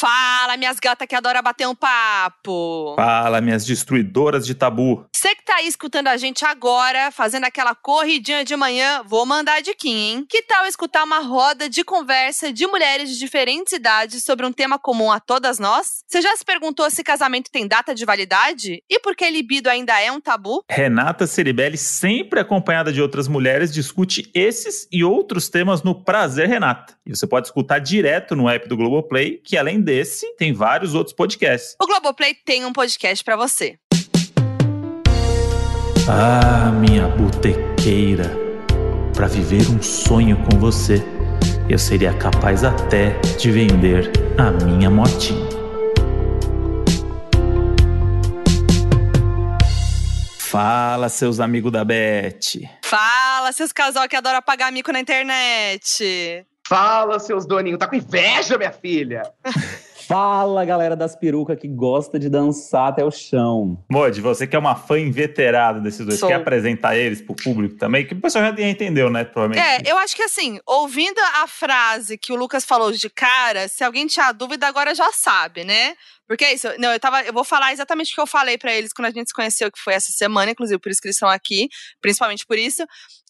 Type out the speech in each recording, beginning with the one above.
Fala, minhas gatas que adoram bater um papo. Fala, minhas destruidoras de tabu. Você que tá aí escutando a gente agora, fazendo aquela corridinha de manhã, vou mandar a diquinha, hein? Que tal escutar uma roda de conversa de mulheres de diferentes idades sobre um tema comum a todas nós? Você já se perguntou se casamento tem data de validade? E por que libido ainda é um tabu? Renata Ceribelli, sempre acompanhada de outras mulheres, discute esses e outros temas no Prazer Renata. E você pode escutar direto no app do Globoplay, que além desse, tem vários outros podcasts. O Globoplay tem um podcast pra você. Ah, minha botequeira, para viver um sonho com você, eu seria capaz até de vender a minha motinha. Fala, seus amigos da Bet. Fala, seus casal que adoram pagar mico na internet. Fala, seus doninhos. Tá com inveja, minha filha? Fala, galera das perucas que gosta de dançar até o chão. Modi, você que é uma fã inveterada desses dois, Sou. quer apresentar eles pro público também? Que o pessoal já entendeu, né? Provavelmente. É, eu acho que assim, ouvindo a frase que o Lucas falou de cara, se alguém tinha dúvida, agora já sabe, né? Porque é isso. Não, eu tava. Eu vou falar exatamente o que eu falei pra eles quando a gente se conheceu, que foi essa semana, inclusive, por isso que eles estão aqui, principalmente por isso.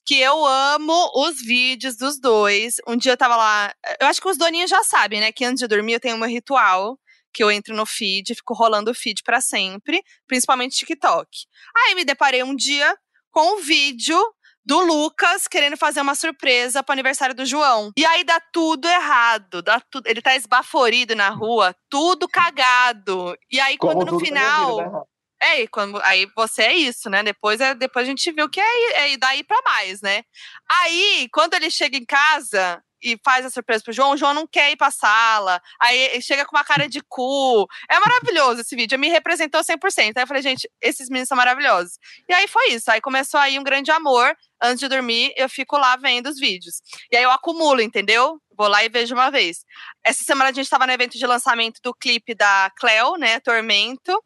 Que eu amo os vídeos dos dois. Um dia eu tava lá. Eu acho que os doninhos já sabem, né? Que antes de dormir eu tenho um ritual. Que eu entro no feed, fico rolando o feed pra sempre, principalmente TikTok. Aí me deparei um dia com um vídeo do Lucas querendo fazer uma surpresa pro aniversário do João. E aí dá tudo errado, dá tudo, ele tá esbaforido na rua, tudo cagado. E aí Como quando no tudo na final, vida, né? é, e quando, aí você é isso, né? Depois, é, depois a gente viu que é, é daí pra mais, né? Aí, quando ele chega em casa e faz a surpresa pro João, o João não quer ir pra sala. Aí ele chega com uma cara de cu. É maravilhoso esse vídeo, me representou 100%. Aí eu falei, gente, esses meninos são maravilhosos. E aí foi isso, aí começou aí um grande amor. Antes de dormir, eu fico lá vendo os vídeos. E aí eu acumulo, entendeu? Vou lá e vejo uma vez. Essa semana a gente tava no evento de lançamento do clipe da Cleo, né? Tormento.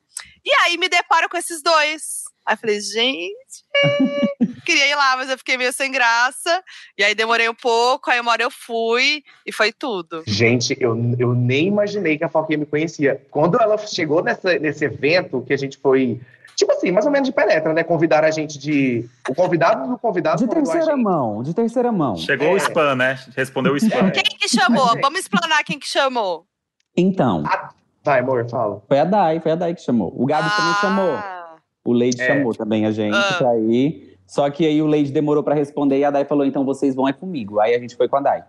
E aí me deparo com esses dois. Aí eu falei, gente, queria ir lá, mas eu fiquei meio sem graça. E aí demorei um pouco, aí uma hora eu fui e foi tudo. Gente, eu, eu nem imaginei que a Foquinha me conhecia. Quando ela chegou nessa, nesse evento que a gente foi. Tipo assim, mais ou menos de penetra, né? Convidaram a gente de. O convidado do convidado. De convidou Tá a terceira gente. mão, de terceira mão. Chegou o É. spam, né? Respondeu o spam. Quem que chamou? Mas é. Vamos explanar quem que chamou. Então, Vai, amor, fala. foi a Dai, foi a Dai que chamou. O Gabs também chamou. O Leide É. chamou também a gente Ah. pra ir. Só que aí o Leide demorou pra responder e a Dai falou: então vocês vão é comigo. Aí a gente foi com a Dai.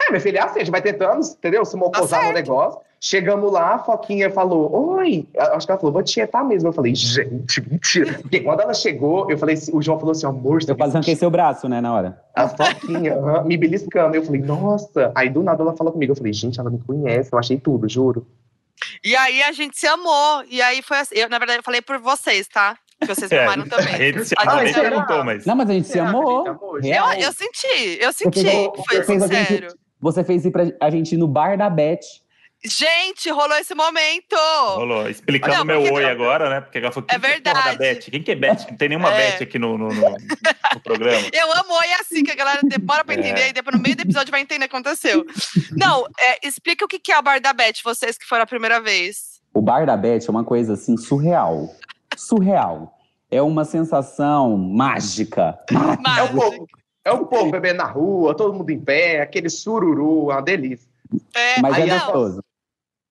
É, minha filha, é assim, a gente vai tentando, entendeu? Se mocosar Tá no negócio. Chegamos lá, a Foquinha falou, oi. Eu Acho que ela falou, vou te tietar mesmo. Eu falei, gente, mentira. Porque quando ela chegou, eu falei, assim- o João falou assim, amor, você Eu quase arranquei seu braço, né, na hora. A Foquinha, aham, me beliscando. Eu falei, nossa. Aí do nada ela fala comigo. Eu falei, gente, ela me conhece. Eu achei tudo, juro. E aí a gente se amou. E aí foi assim. Eu, na verdade, eu falei por vocês, tá? Que vocês me É, amaram A também. rede social Ah, nem será? perguntou, mas. Não, mas a gente se Será que amou. a gente amou, gente? Real. Eu, eu senti, eu senti. fez- Foi fez alguém que- sincero. Você fez ir pra a gente ir no bar da Beth. Gente, rolou esse momento. Rolou. Explicando Não, meu porque- oi agora, né? Porque ela falou, quem É que é porra da verdade. Beth? Quem que é Beth? Não tem nenhuma É. Beth aqui no, no, no- no programa. Eu amo oi assim, que a galera demora pra entender, É. e depois no meio do episódio vai entender o que aconteceu. Não, é, explica o que que é o Bar da Beth, vocês que foram a primeira vez. O bar da Beth é uma coisa assim surreal. Surreal. É uma sensação mágica. É Mas, o povo. É o povo bebendo na rua, todo mundo em pé, aquele sururu, uma delícia. é, Mas é aí, não, gostoso.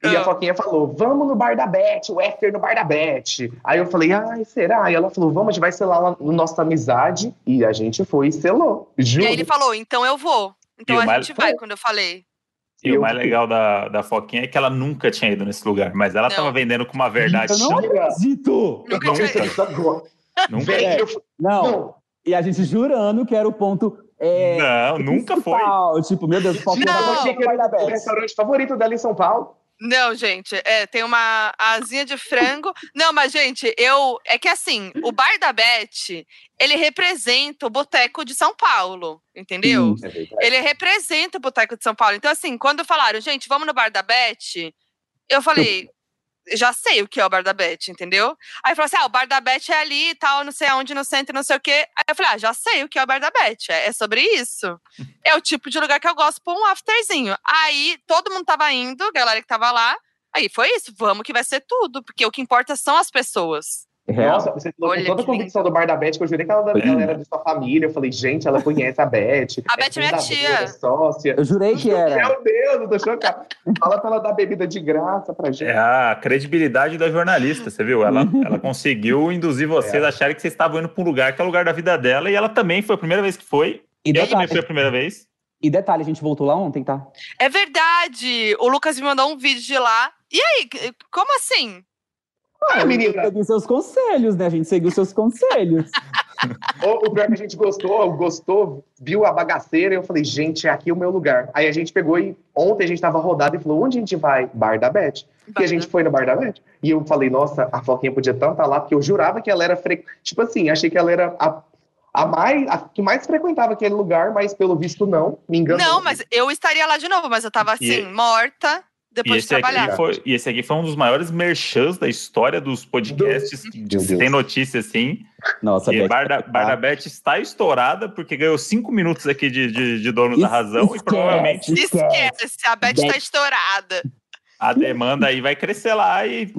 E Ah. a Foquinha falou, vamos no bar da Beth, o Éter no bar da Beth. Aí eu falei, ai, será? E ela falou, vamos, a gente vai selar lá no nossa amizade. E a gente foi e selou. E Juro. aí ele falou, então eu vou. Então E o a Mar- gente vai, quando eu falei. E o Eu- mais legal da, da Foquinha é que ela nunca tinha ido nesse lugar, mas ela Não. tava vendendo com uma verdade. Eu não Jura? acredito! Nunca Nunca. tinha- Agora. Nunca. Vem, É. eu fui- Não, Não, e a gente jurando que era o ponto. É, Não, nunca foi. principal. Tipo, meu Deus, qual que é Não, o achei ponto que do bar da era o Beth? restaurante favorito dela em São Paulo. Não, gente, é, tem uma asinha de frango. Não, mas, gente, eu. É que assim, o Bar da Beth, ele representa o boteco de São Paulo, entendeu? Sim. Ele representa o Boteco de São Paulo. Então, assim, quando falaram, gente, vamos no bar da Beth, eu falei, já sei o que é o Bar da Beth, entendeu? Aí falou assim: ah, o Bar da Beth é ali e tal, não sei aonde, no centro, não sei o quê. Aí eu falei: ah, já sei o que é o Bar da Beth, é, é sobre isso. É o tipo de lugar que eu gosto pra um afterzinho. Aí todo mundo tava indo, galera que tava lá. Aí foi isso, vamos que vai ser tudo, porque o que importa são as pessoas. Real. Nossa, você falou com Olha toda a que lindo. convicção do bar da Beth, que eu jurei que ela, Pois é. ela era de sua família. Eu falei, gente, ela conhece a Beth. A Beth é minha da tia. rua, É sócia. Eu jurei que era. Meu Deus, eu tô chocado. Fala pra ela dar bebida de graça pra gente. É a credibilidade da jornalista, você viu? Ela, ela conseguiu induzir vocês É. a acharem que vocês estavam indo para um lugar que é o lugar da vida dela. E ela também foi a primeira vez que foi. E eu também detalhe, fui a primeira vez. e detalhe, a gente voltou lá ontem, tá? É verdade! O Lucas me mandou um vídeo de lá. E aí, c- como assim? Ah, menina, Seguiu seus conselhos, né? A gente seguiu seus conselhos. o, o pior é que a gente gostou, gostou, viu a bagaceira. E eu falei, gente, é aqui o meu lugar. Aí a gente pegou e ontem a gente tava rodado e falou, onde a gente vai? Bar da Beth. E a gente foi no Bar da Beth. E eu falei, nossa, a Foquinha podia tanto estar lá, porque eu jurava que ela era. Fre... Tipo assim, achei que ela era a, a mais, a que mais frequentava aquele lugar, mas pelo visto não. Me enganou. Não, mas eu estaria lá de novo, mas eu tava E- assim, morta, E depois de esse, é trabalhar. aqui foi, e esse aqui foi um dos maiores merchans da história dos podcasts. Meu que Deus. Tem notícia, assim. Nossa, E Beth, Barda, tá? Barda Beth está estourada porque ganhou cinco minutos aqui de, de, de dono da Es- razão e esquece. provavelmente Esquece, a Beth Beth. tá estourada. a demanda aí vai crescer lá e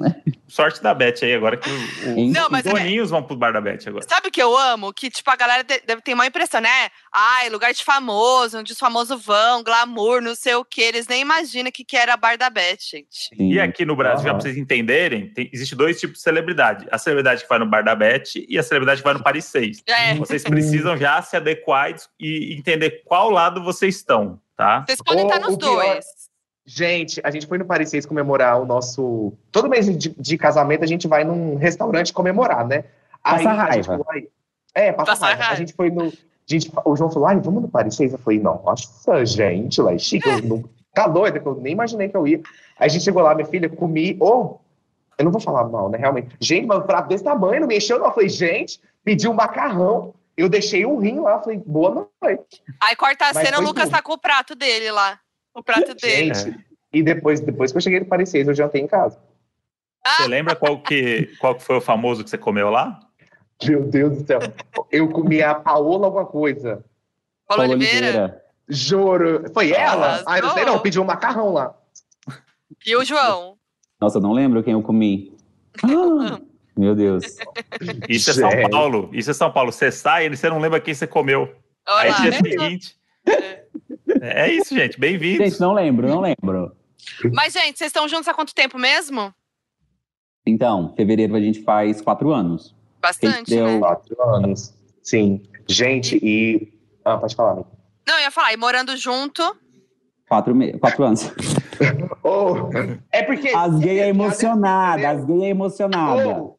sorte da Beth aí agora que o- o- Hein? Não, os mas é- doninhos vão pro Bar da Beth agora. Sabe o que eu amo? Que, tipo, a galera de- deve ter uma impressão, né? Ai, lugar de famoso, onde os famosos vão, glamour, não sei o quê. Eles nem imaginam o que, que era a Bar da Beth, gente. Sim. E aqui no Brasil, já Aham. pra vocês entenderem, tem, existe dois tipos de celebridade. A celebridade que vai no Bar da Beth e a celebridade que vai no Paris 6. É, Hum, Vocês precisam já se adequar e des- e entender qual lado vocês estão, tá? vocês podem Ou estar nos o pior- dois. Gente, a gente foi no Paris 6 comemorar o nosso. Todo mês de, de casamento a gente vai num restaurante comemorar, né? Passa a gente raiva. falou, ai- é, passa, Passa raiva. raiva. A gente foi no. a gente- o João falou, ai, vamos no Paris 6. Eu falei, não, nossa, gente, lá é chique. Eu não, tá doida, que eu nem imaginei que eu ia. Aí a gente chegou lá, minha filha, comi. Ou. eu não vou falar mal, né? Realmente. Gente, mas um prato desse tamanho, não me encheu, não. Eu falei, gente, pedi um macarrão. Eu deixei um rim lá, falei, boa noite. Aí corta a Mas cena, o foi Lucas tudo. tá com o prato dele lá. O prato dele. Gente. E depois, depois que eu cheguei no Paris 6, eu jantei em casa. Você lembra qual que, qual que foi o famoso que você comeu lá? Meu Deus do céu. Eu comi a Paola alguma coisa. Paulo Oliveira. Juro. Foi ela? Arrasou. Ah, não sei não. Pediu um macarrão lá. E o João. Nossa, eu não lembro quem eu comi. Ah, meu Deus. Isso é São Gente. Paulo. Isso é São Paulo. Você sai e você não lembra quem você comeu. Olha Aí lá, dia né? seguinte. É isso, gente. Bem-vindos. Gente, não lembro, não lembro. Mas, gente, vocês estão juntos há quanto tempo mesmo? Então, fevereiro a gente faz quatro anos. A gente Bastante, né? deu. Quatro anos. Sim. Gente, e. Ah, pode falar. amigo. Não, eu ia falar, e morando junto. Quatro, me... quatro anos. Oh, é porque. As gays é emocionada, as gays é emocionada. Oh,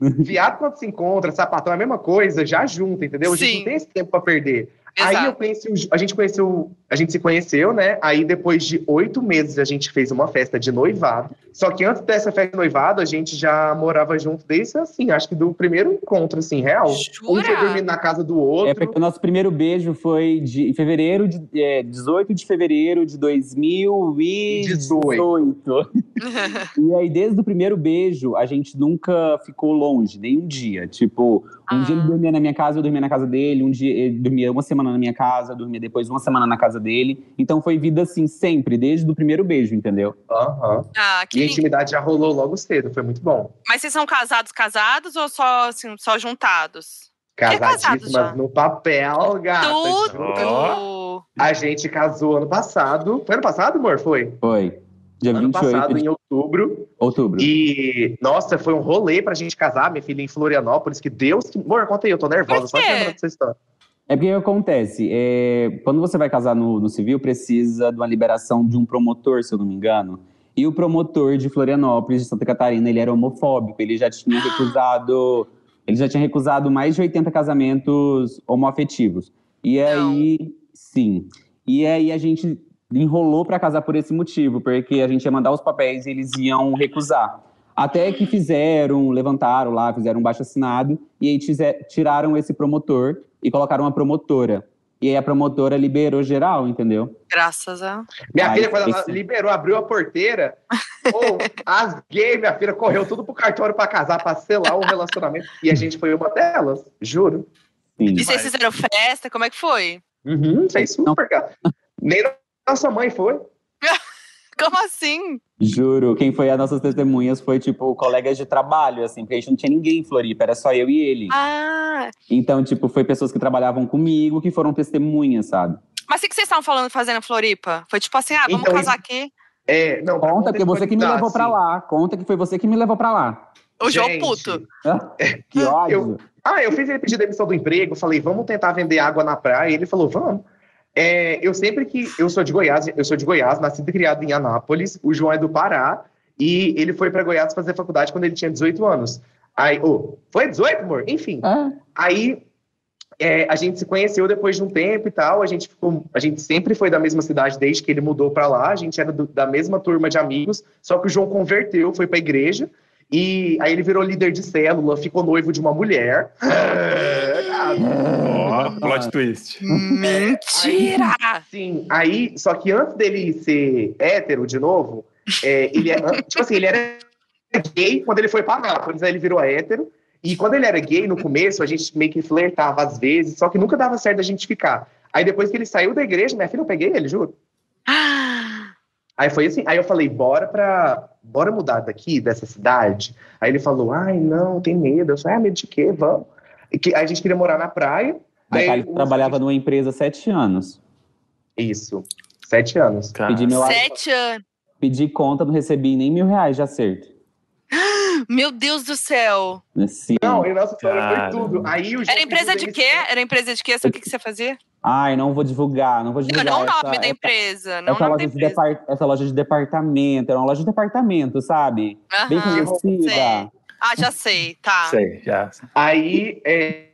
viado quando se encontra, sapatão é a mesma coisa, já junta, entendeu? A gente Sim. não tem esse tempo pra perder. Aí eu Exato. conheci o, Ju- a gente conheceu, a gente se conheceu, né? Aí depois de oito meses a gente fez uma festa de noivado. Só que antes dessa festa de noivado a gente já morava junto desde assim, acho que do primeiro encontro assim real. Um foi Jura? dormindo na casa do É outro. porque o nosso primeiro beijo foi de em fevereiro de é, 18 de fevereiro de 2018. E aí, desde o primeiro beijo, a gente nunca ficou longe, nem um dia. Tipo, um Ah. dia ele dormia na minha casa, eu dormia na casa dele. Um dia ele dormia uma semana na minha casa, eu dormia depois uma semana na casa dele. Então foi vida assim, sempre, desde o primeiro beijo, entendeu? Aham. Ah, que E a lindo. intimidade já rolou logo cedo, foi muito bom. Mas vocês são casados, casados ou só, assim, só juntados? é casado já. Casadíssimas no papel, gata. Tudo! A gente casou ano passado. Foi ano passado, amor? Foi? Foi. Dia Ano 28 passado, de em outubro. outubro. E, nossa, foi um rolê pra gente casar, minha filha, em Florianópolis, que Deus que. Amor, conta aí, eu tô nervosa, Por só quê? de lembrar dessa história. É porque o que acontece, é, quando você vai casar no, no civil, precisa de uma liberação de um promotor, se eu não me engano. E o promotor de Florianópolis, de Santa Catarina, ele era homofóbico, ele já tinha recusado, ele já tinha recusado mais de 80 casamentos homoafetivos. E aí, sim. E aí a gente enrolou pra casar por esse motivo, porque a gente ia mandar os papéis e eles iam recusar. Até que fizeram, levantaram lá, fizeram um baixo assinado, e aí tize- tiraram esse promotor e colocaram uma promotora. E aí a promotora liberou geral, entendeu? Graças a. Minha Ai, filha, quando ela esse- liberou, abriu a porteira, ou asguei, minha filha, correu tudo pro cartório pra casar, pra selar o relacionamento. E a gente foi uma delas, juro. Sim. E vocês Demais. fizeram festa? Como é que foi? Uhum, fez super, cara. Nem nossa mãe foi. Como assim? Juro, quem foi as nossas testemunhas foi, tipo, colegas de trabalho, assim, porque a gente não tinha ninguém em Floripa, era só eu e ele. Ah. Então, tipo, foi pessoas que trabalhavam comigo que foram testemunhas, sabe? Mas o que vocês estavam falando fazendo em Floripa? Foi tipo assim, ah, vamos Então, casar aqui. É, não, pra Conta que você que me contextualizar, levou pra assim, lá. Conta que foi você que me levou pra lá. O João gente, puto. Que ódio. Ah, eu fiz ele pedir demissão do emprego, falei, vamos tentar vender água na praia. E ele falou, vamos. É, eu sempre que. Eu sou de Goiás, eu sou de Goiás, nascido e criado em Anápolis, o João é do Pará, e ele foi para Goiás fazer faculdade quando ele tinha 18 anos. Aí, ô, foi 18, amor? Enfim. É. Aí é, a gente se conheceu depois de um tempo e tal. A gente ficou, a gente sempre foi da mesma cidade desde que ele mudou pra lá. A gente era do- da mesma turma de amigos, só que o João converteu, foi pra igreja e aí ele virou líder de célula, ficou noivo de uma mulher. Ah, Ó, plot twist. Mentira! Sim, aí só que antes dele ser hétero de novo, é, ele é, tipo assim, ele era gay quando ele foi pra Nápoles, aí ele virou hétero. E quando ele era gay, no começo, a gente meio que flertava às vezes, só que nunca dava certo a gente ficar. Aí depois que ele saiu da igreja, minha filha, eu peguei ele, juro. Ah, Aí foi assim, aí eu falei, bora pra. Bora mudar daqui, dessa cidade. Aí ele falou, ai, não, tem medo. Eu falei, ah, medo de quê? Vamos. E que- aí a gente queria morar na praia. Daí, Aí, cara, eu trabalhava numa empresa há sete anos. Isso. Sete anos. Tá. Pedi, meu, sete anos. pedi conta, não recebi nem mil reais de acerto. Meu Deus do céu. Assim. Não, e nossa história Cara. foi tudo. Aí o João Era empresa pediu de quê? demissão. Era empresa de quê? Sabe o que, que você fazia? Ai, não vou divulgar, não vou divulgar. não o essa- nome da é- essa- empresa. Não o nome Essa da loja, assim, de empresa. depar- essa loja de departamento, era uma loja de departamento, sabe? Bem Aham. conhecida. Ah, já sei. Tá. Sei, já. Aí é,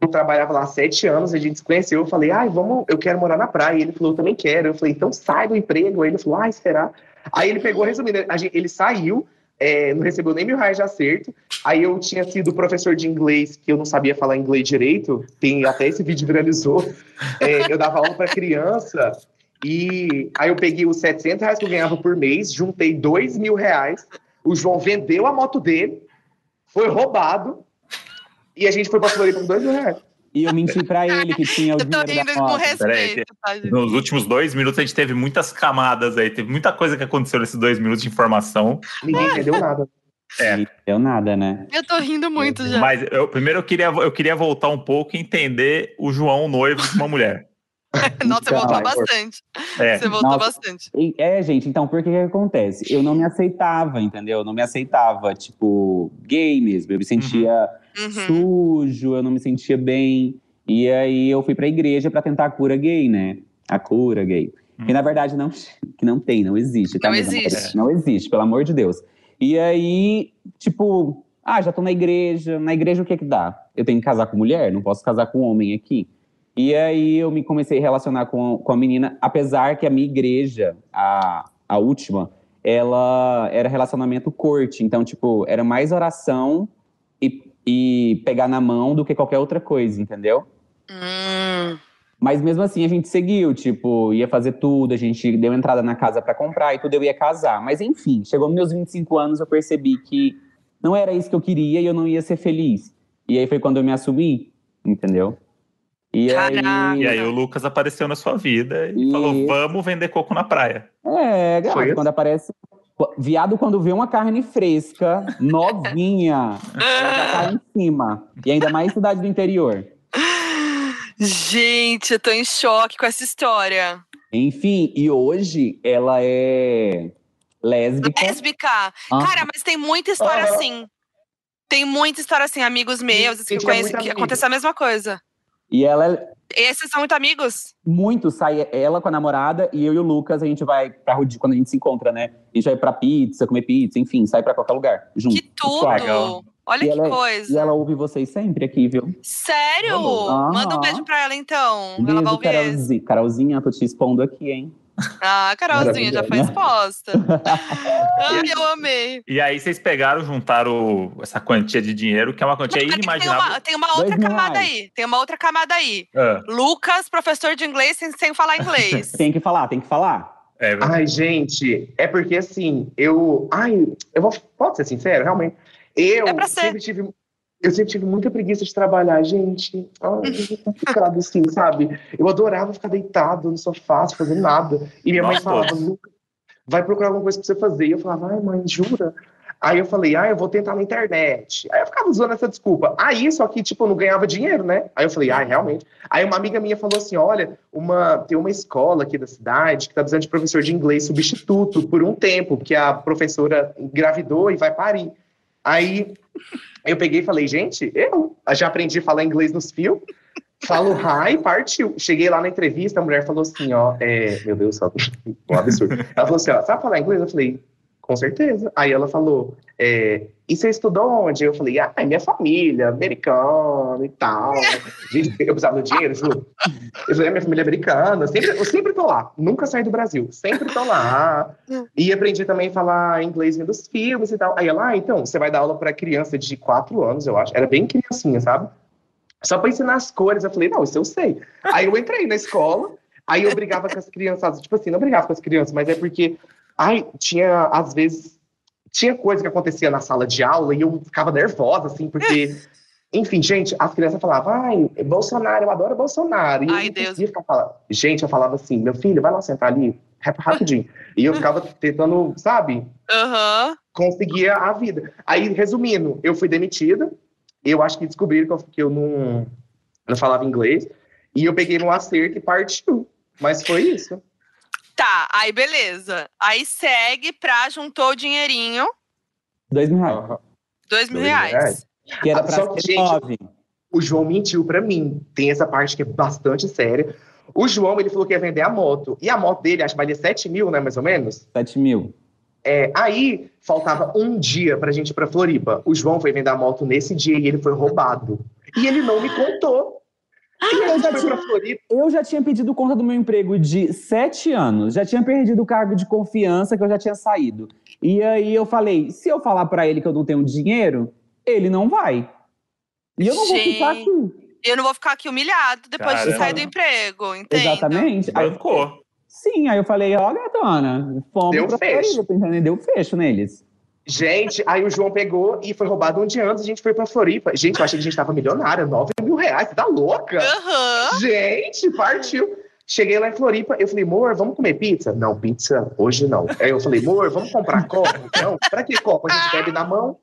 eu trabalhava lá sete anos, a gente se conheceu. Eu falei, ai, vamos, eu quero morar na praia. Ele falou, eu também quero. Eu falei, então sai do emprego. Aí ele falou, ai, será? Aí ele pegou, resumindo, a gente- ele saiu, é, não recebeu nem mil reais de acerto. Aí eu tinha sido professor de inglês, que eu não sabia falar inglês direito. Tem até esse vídeo viralizou. É, eu dava aula para criança. E aí eu peguei os 700 reais que eu ganhava por mês, juntei dois mil reais. O João vendeu a moto dele, foi roubado. E a gente foi pra Floripa com dois mil reais. E eu menti pra ele que tinha o Eu tô dinheiro rindo da com moto. respeito, tá, gente? Nos últimos dois minutos a gente teve muitas camadas aí, teve muita coisa que aconteceu nesses dois minutos de informação. Ninguém entendeu nada. É. E Deu nada, né? Eu tô rindo muito já. Mas eu, primeiro eu queria, eu queria voltar um pouco e entender o João noivo de uma mulher. Nossa, você Então, voltou vai, bastante. É. Você voltou Nossa. bastante. E- É, gente, então por que que acontece? Eu não me aceitava, entendeu? Eu não me aceitava, tipo, gay mesmo. Eu me sentia Uhum. sujo, eu não me sentia bem. E aí eu fui pra igreja pra tentar a cura gay, né? A cura gay. Hum. Que na verdade não, que não tem, não existe. Tá Não mesmo, existe. galera? Não existe, pelo amor de Deus. E aí, tipo, ah, já tô na igreja. Na igreja o que é que dá? Eu tenho que casar com mulher? Não posso casar com homem aqui. E aí eu me comecei a relacionar com, com a menina, apesar que a minha igreja, a, a última, ela era relacionamento corte. Então, tipo, era mais oração e, e pegar na mão do que qualquer outra coisa, entendeu? Hum. Mas mesmo assim a gente seguiu, tipo, ia fazer tudo, a gente deu entrada na casa pra comprar e tudo, eu ia casar. Mas enfim, chegou nos meus 25 anos, eu percebi que não era isso que eu queria e eu não ia ser feliz. E aí foi quando eu me assumi, entendeu? E Caraca. aí. E aí o Lucas apareceu na sua vida e Isso. falou: vamos vender coco na praia. É, gato, Foi isso? quando aparece. Viado, quando vê uma carne fresca, novinha, já cai em cima. E ainda mais cidade do interior. Gente, eu tô em choque com essa história. Enfim, e hoje ela é lésbica. Lésbica. Ah, Cara, mas tem muita história Aham. assim. Tem muita história assim. Amigos meus, que Gente, eu é conheço, muito que amigo. acontece a mesma coisa. E ela é Esses são muito amigos? muito, sai ela com a namorada e eu e o Lucas, a gente vai pra Rudi quando a gente se encontra, né? A gente vai pra pizza, comer pizza, enfim, sai pra qualquer lugar. Junto. Que tudo! legal. Olha E que ela- coisa. E ela ouve vocês sempre aqui, viu? Sério? Aham. Manda um beijo pra ela então. ela vai Beijo, ouvir esse. Carolzinha. Carolzinha, tô te expondo aqui, hein? Ah, a Carolzinha já foi Maravilhosa. né? exposta. Ai, eu amei. E aí vocês pegaram, juntaram essa quantia de dinheiro, que é uma quantia Mas Tem uma, inimaginável. tem uma outra Dois camada reais. aí. Tem uma outra camada aí. Ah, Lucas, professor de inglês sem, sem falar inglês. Tem que falar, tem que falar. é, Ai, gente, é porque assim, eu. Ai, eu vou. Pode ser sincero, realmente. Eu É pra ser. sempre tive. Eu sempre tive muita preguiça de trabalhar, gente. Ai, eu já tô ficado assim, sabe? Eu adorava ficar deitado no sofá, sem fazer nada. E minha mãe Nossa. falava, Luca, vai procurar alguma coisa pra você fazer. E eu falava, ai, mãe, jura? Aí eu falei, ah, eu vou tentar na internet. Aí eu ficava usando essa desculpa. Aí, só que, tipo, eu não ganhava dinheiro, né? Aí eu falei, ah, realmente. Aí uma amiga minha falou assim: olha, uma, tem uma escola aqui da cidade que está precisando de professor de inglês substituto por um tempo, porque a professora engravidou e vai parir. Aí eu peguei e falei, gente, eu já aprendi a falar inglês nos fios. Falo hi, partiu. Cheguei lá na entrevista, a mulher falou assim, ó, é, meu Deus do céu, um absurdo. Ela falou assim, ó, sabe falar inglês? Eu falei, com certeza. Aí ela falou, é, e você estudou onde? Eu falei, ah, é minha família, americana e tal. Gente, eu precisava do dinheiro, juro. Eu falei, "É, minha família é americana, sempre, eu sempre tô lá, nunca saí do Brasil, sempre tô lá. E aprendi também a falar inglês vendo os filmes e tal. Aí ela, ah, então, você vai dar aula pra criança de 4 anos, eu acho. Era bem criancinha, sabe? Só pra ensinar as cores. Eu falei, não, isso eu sei. Aí eu entrei na escola, aí eu brigava com as crianças. Tipo assim, não brigava com as crianças, mas é porque, ai, tinha, às vezes, tinha coisa que acontecia na sala de aula e eu ficava nervosa, assim, porque. Enfim, gente, as crianças falavam, ai, Bolsonaro, eu adoro Bolsonaro. E eu Ai, não Deus. conseguia ficar falando. Gente, eu falava assim, meu filho, vai lá sentar ali, rap- rapidinho. E eu ficava tentando, sabe, Aham. conseguia a vida. Aí, resumindo, eu fui demitida. Eu acho que descobriram que eu, que eu não, não falava inglês. E eu peguei no acerto e partiu. Mas foi isso. Tá, aí beleza. Aí segue pra juntou o dinheirinho, Dois mil reais. dois mil Dois reais. reais? Que era Ah, pra só que, ser gente, nove. O João mentiu pra mim. Tem essa parte que é bastante séria. O João, ele falou que ia vender a moto. E a moto dele, acho que valia 7 mil, né, mais ou menos? Sete mil. É, aí, faltava um dia pra gente ir pra Floripa. O João foi vender a moto nesse dia e ele foi roubado. E ele não me contou. E aí, foi pra Floripa. Eu já tinha pedido conta do meu emprego de sete anos, já tinha perdido o cargo de confiança que eu já tinha saído. E aí eu falei: se eu falar pra ele que eu não tenho dinheiro, ele não vai. E eu não vou Gente, ficar aqui. E eu não vou ficar aqui humilhado depois de Caramba. sair do emprego, entende? Exatamente. Aí eu falei, bancou. Sim, aí eu falei, ó, gatona, fomos Deu pra fecho. Floripa, tá entendendo? Deu fecho neles. Gente, aí o João pegou e foi roubado um dia antes, a gente foi pra Floripa. Gente, eu achei que a gente tava milionária, 9 mil reais, você tá louca? Aham. Gente, partiu. Cheguei lá em Floripa, eu falei, amor, vamos comer pizza? Não, pizza hoje não. Aí eu falei, amor, vamos comprar copo? Não, pra que copo? A gente bebe na mão.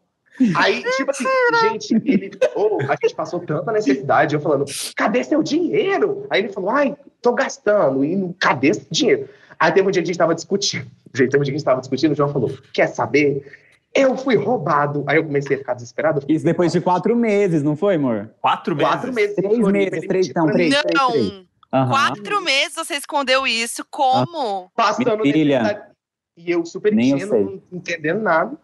Aí, tipo assim, gente, ele, oh, a gente passou tanta necessidade, eu falando, cadê seu dinheiro? Aí ele falou, ai, tô gastando, e não- cadê esse dinheiro? Aí teve um dia que a gente tava discutindo, gente, teve um dia que a gente tava discutindo, o João falou, quer saber? Eu fui roubado. Aí eu comecei a ficar desesperado, eu fiquei Isso depois de quatro meses, não foi, amor? Quatro meses. quatro meses. em Três Floripa, meses, ele três- mentiu não, pra mim. três. Não, Aham. Ah. quatro meses você escondeu isso. Como? passando Minha filha. necessidade. E eu super Nem eu ingênuo, não entendendo nada.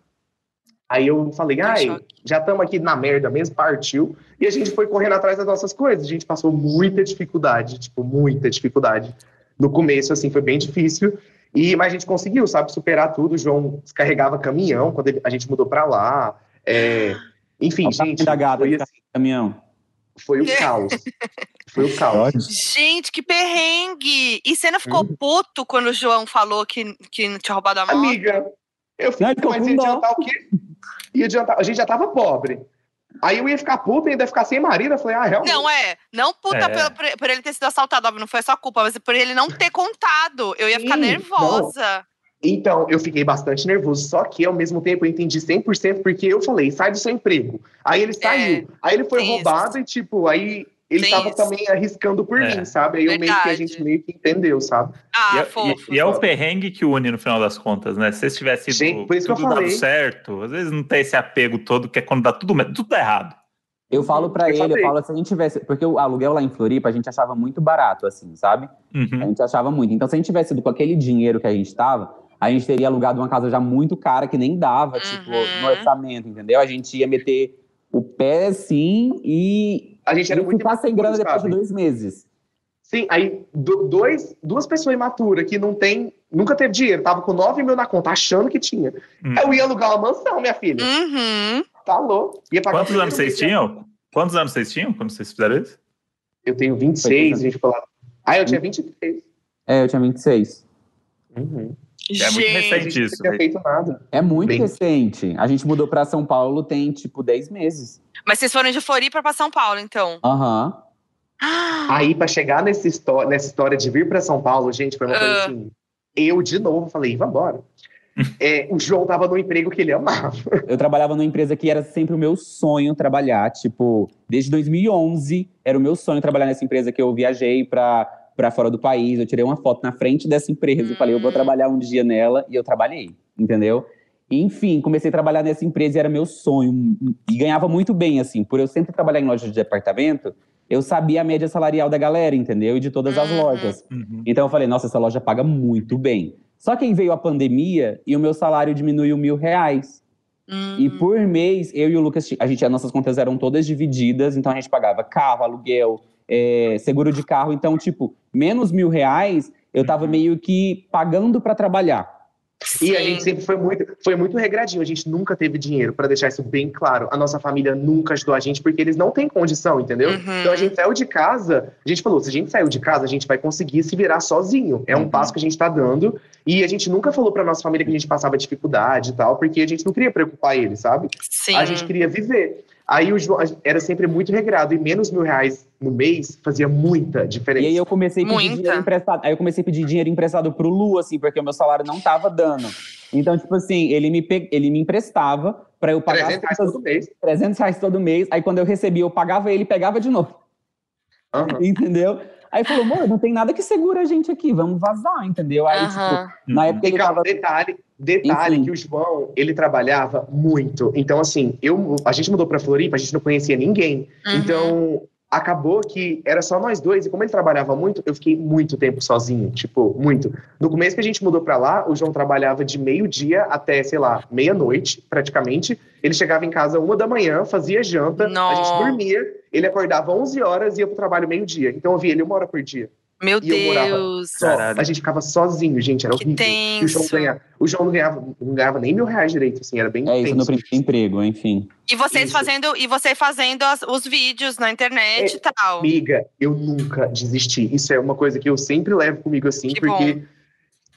Aí eu falei, Tá em ai, choque. já estamos aqui na merda mesmo, partiu. E a gente foi correndo atrás das nossas coisas. A gente passou muita dificuldade, tipo, muita dificuldade. No começo, assim, foi bem difícil. E, mas a gente conseguiu, sabe, superar tudo. O João descarregava caminhão quando ele- a gente mudou pra lá. É, enfim, Ó, tá gente, da gata, foi, tá- assim, Caminhão. foi o caos. Foi o caos. Gente, que perrengue! E você não ficou puto quando o João falou que, que tinha roubado a moto? Hum. Amiga, eu Não, fiquei, ele ficou mas com ia dó. adiantar o quê? Ia adiantar, a gente já tava pobre. Aí eu ia ficar puta e ainda ia ficar sem marido. Eu falei, ah, realmente. Não, é. Não puta É. pelo- por, por ele ter sido assaltado, óbvio, não foi a sua culpa, mas por ele não ter contado. Eu ia ficar Sim, nervosa. Então, eu fiquei bastante nervoso. Só que, ao mesmo tempo, eu entendi 100% porque eu falei, sai do seu emprego. Aí ele saiu. aí ele foi É, tem roubado e, tipo, aí ele Tem tava isso. também arriscando por É. mim, sabe? Aí eu meio que, a Verdade. gente meio que entendeu, sabe? Ah, E é- fofo. e, e é o sabe? perrengue que une no final das contas, né? Se vocês tivessem sido Gente, por isso que eu tudo dado falei. certo, às vezes não tem esse apego todo, que é quando dá tudo, me- tudo dá errado. Eu falo pra Eu ele, eu falei. falo, se a gente tivesse. Porque o aluguel lá em Floripa a gente achava muito barato, assim, sabe? A Uhum. gente achava muito. Então, se a gente tivesse ido com aquele dinheiro que a gente tava, a gente teria alugado uma casa já muito cara, que nem dava, tipo, Uhum. no orçamento, entendeu? A gente ia meter o pé assim e A gente era e muito ficar sem grana imaturo, depois de sabe? dois meses. Sim, aí do- dois, duas pessoas imaturas que não tem, nunca teve dinheiro, tava com 9 mil na conta, achando que tinha. Hum. Eu ia alugar uma mansão, minha filha. Uhum. Tá louco. Ia pagar Quantos anos vocês 100 tinham? Quantos anos vocês tinham quando vocês fizeram isso? Eu tenho 26, 20 e Ah, eu tinha 23. É, eu tinha 26. Uhum. É muito A Gente, recente. gente não isso, tinha né? feito nada. É muito Bem- recente. A gente mudou pra São Paulo tem, tipo, 10 meses. mas vocês foram de Floripa pra São Paulo, então. Aham. Ah, Aí, pra chegar nesse histó- nessa história de vir pra São Paulo, gente, foi uma coisa Ah. assim. Eu, de novo, falei, vambora. é, o João tava no emprego que ele amava. Eu trabalhava numa empresa que era sempre o meu sonho trabalhar. Tipo, desde 2011 era o meu sonho trabalhar nessa empresa que eu viajei pra, pra fora do país. Eu tirei uma foto na frente dessa empresa e falei, eu vou trabalhar um dia nela. E eu trabalhei, entendeu? Enfim, comecei a trabalhar nessa empresa e era meu sonho. E ganhava muito bem, assim. Por eu sempre trabalhar em loja de departamento, eu sabia a média salarial da galera, entendeu? E de todas as Uhum. lojas. Uhum. Então eu falei, nossa, essa loja paga muito bem. Só que aí veio a pandemia e o meu salário diminuiu mil reais. hum. E por mês, eu e o Lucas, a gente, as nossas contas eram todas divididas, então a gente pagava carro, aluguel, é, seguro de carro. Então, tipo, menos mil reais, eu tava Uhum. meio que pagando pra trabalhar. E a Sim. gente sempre foi muito, foi muito regradinho. A gente nunca teve dinheiro, pra deixar isso bem claro. A nossa família nunca ajudou a gente, porque eles não têm condição, entendeu? Uhum. Então a gente saiu de casa, a gente falou, se a gente saiu de casa, a gente vai conseguir se virar sozinho. É um Uhum. passo que a gente tá dando. E a gente nunca falou pra nossa família que a gente passava dificuldade e tal, porque a gente não queria preocupar eles, sabe? Sim. A gente queria viver. Aí o João a gente- era sempre muito regrado, e menos mil reais no mês fazia muita diferença. E aí eu comecei a pedir Muita. dinheiro emprestado. Aí eu comecei a pedir dinheiro emprestado pro Lu, assim, porque o meu salário não tava dando. Então, tipo assim, ele me, pe- ele me emprestava pra eu pagar 300 300 reais as contas, todo mês. 300 reais todo mês. Aí quando eu recebia, eu pagava ele e pegava de novo. Aham. Entendeu? Aí falou, amor, não tem nada que segura a gente aqui, vamos vazar, entendeu? Aí, tipo, Aham. Uhum. na época E, ele cara, tava. detalhe, detalhe Enfim. que o João, ele trabalhava muito. Então, assim, eu, a gente mudou pra Floripa, a gente não conhecia ninguém. Uhum. Então, acabou que era só nós dois. E como ele trabalhava muito, eu fiquei muito tempo sozinho. Tipo, muito. No começo que a gente mudou pra lá, o João trabalhava de meio-dia até, sei lá, meia-noite, praticamente. Ele chegava em casa uma da manhã, fazia janta, a Nossa. gente dormia. Ele acordava 11 horas e ia pro trabalho meio-dia. Então, eu via ele uma hora por dia. Uhum. Meu e eu morava- Deus. Só. Caralho. A gente ficava sozinho, gente, era Que horrível. E o João, tenso. ganha- o João não, ganhava, não ganhava nem mil reais direito, assim, era bem É isso, tenso. no primeiro emprego, enfim. E vocês Isso. fazendo, e você fazendo as- os vídeos na internet É, e tal. Amiga, eu nunca desisti. Isso é uma coisa que eu sempre levo comigo, assim, Que porque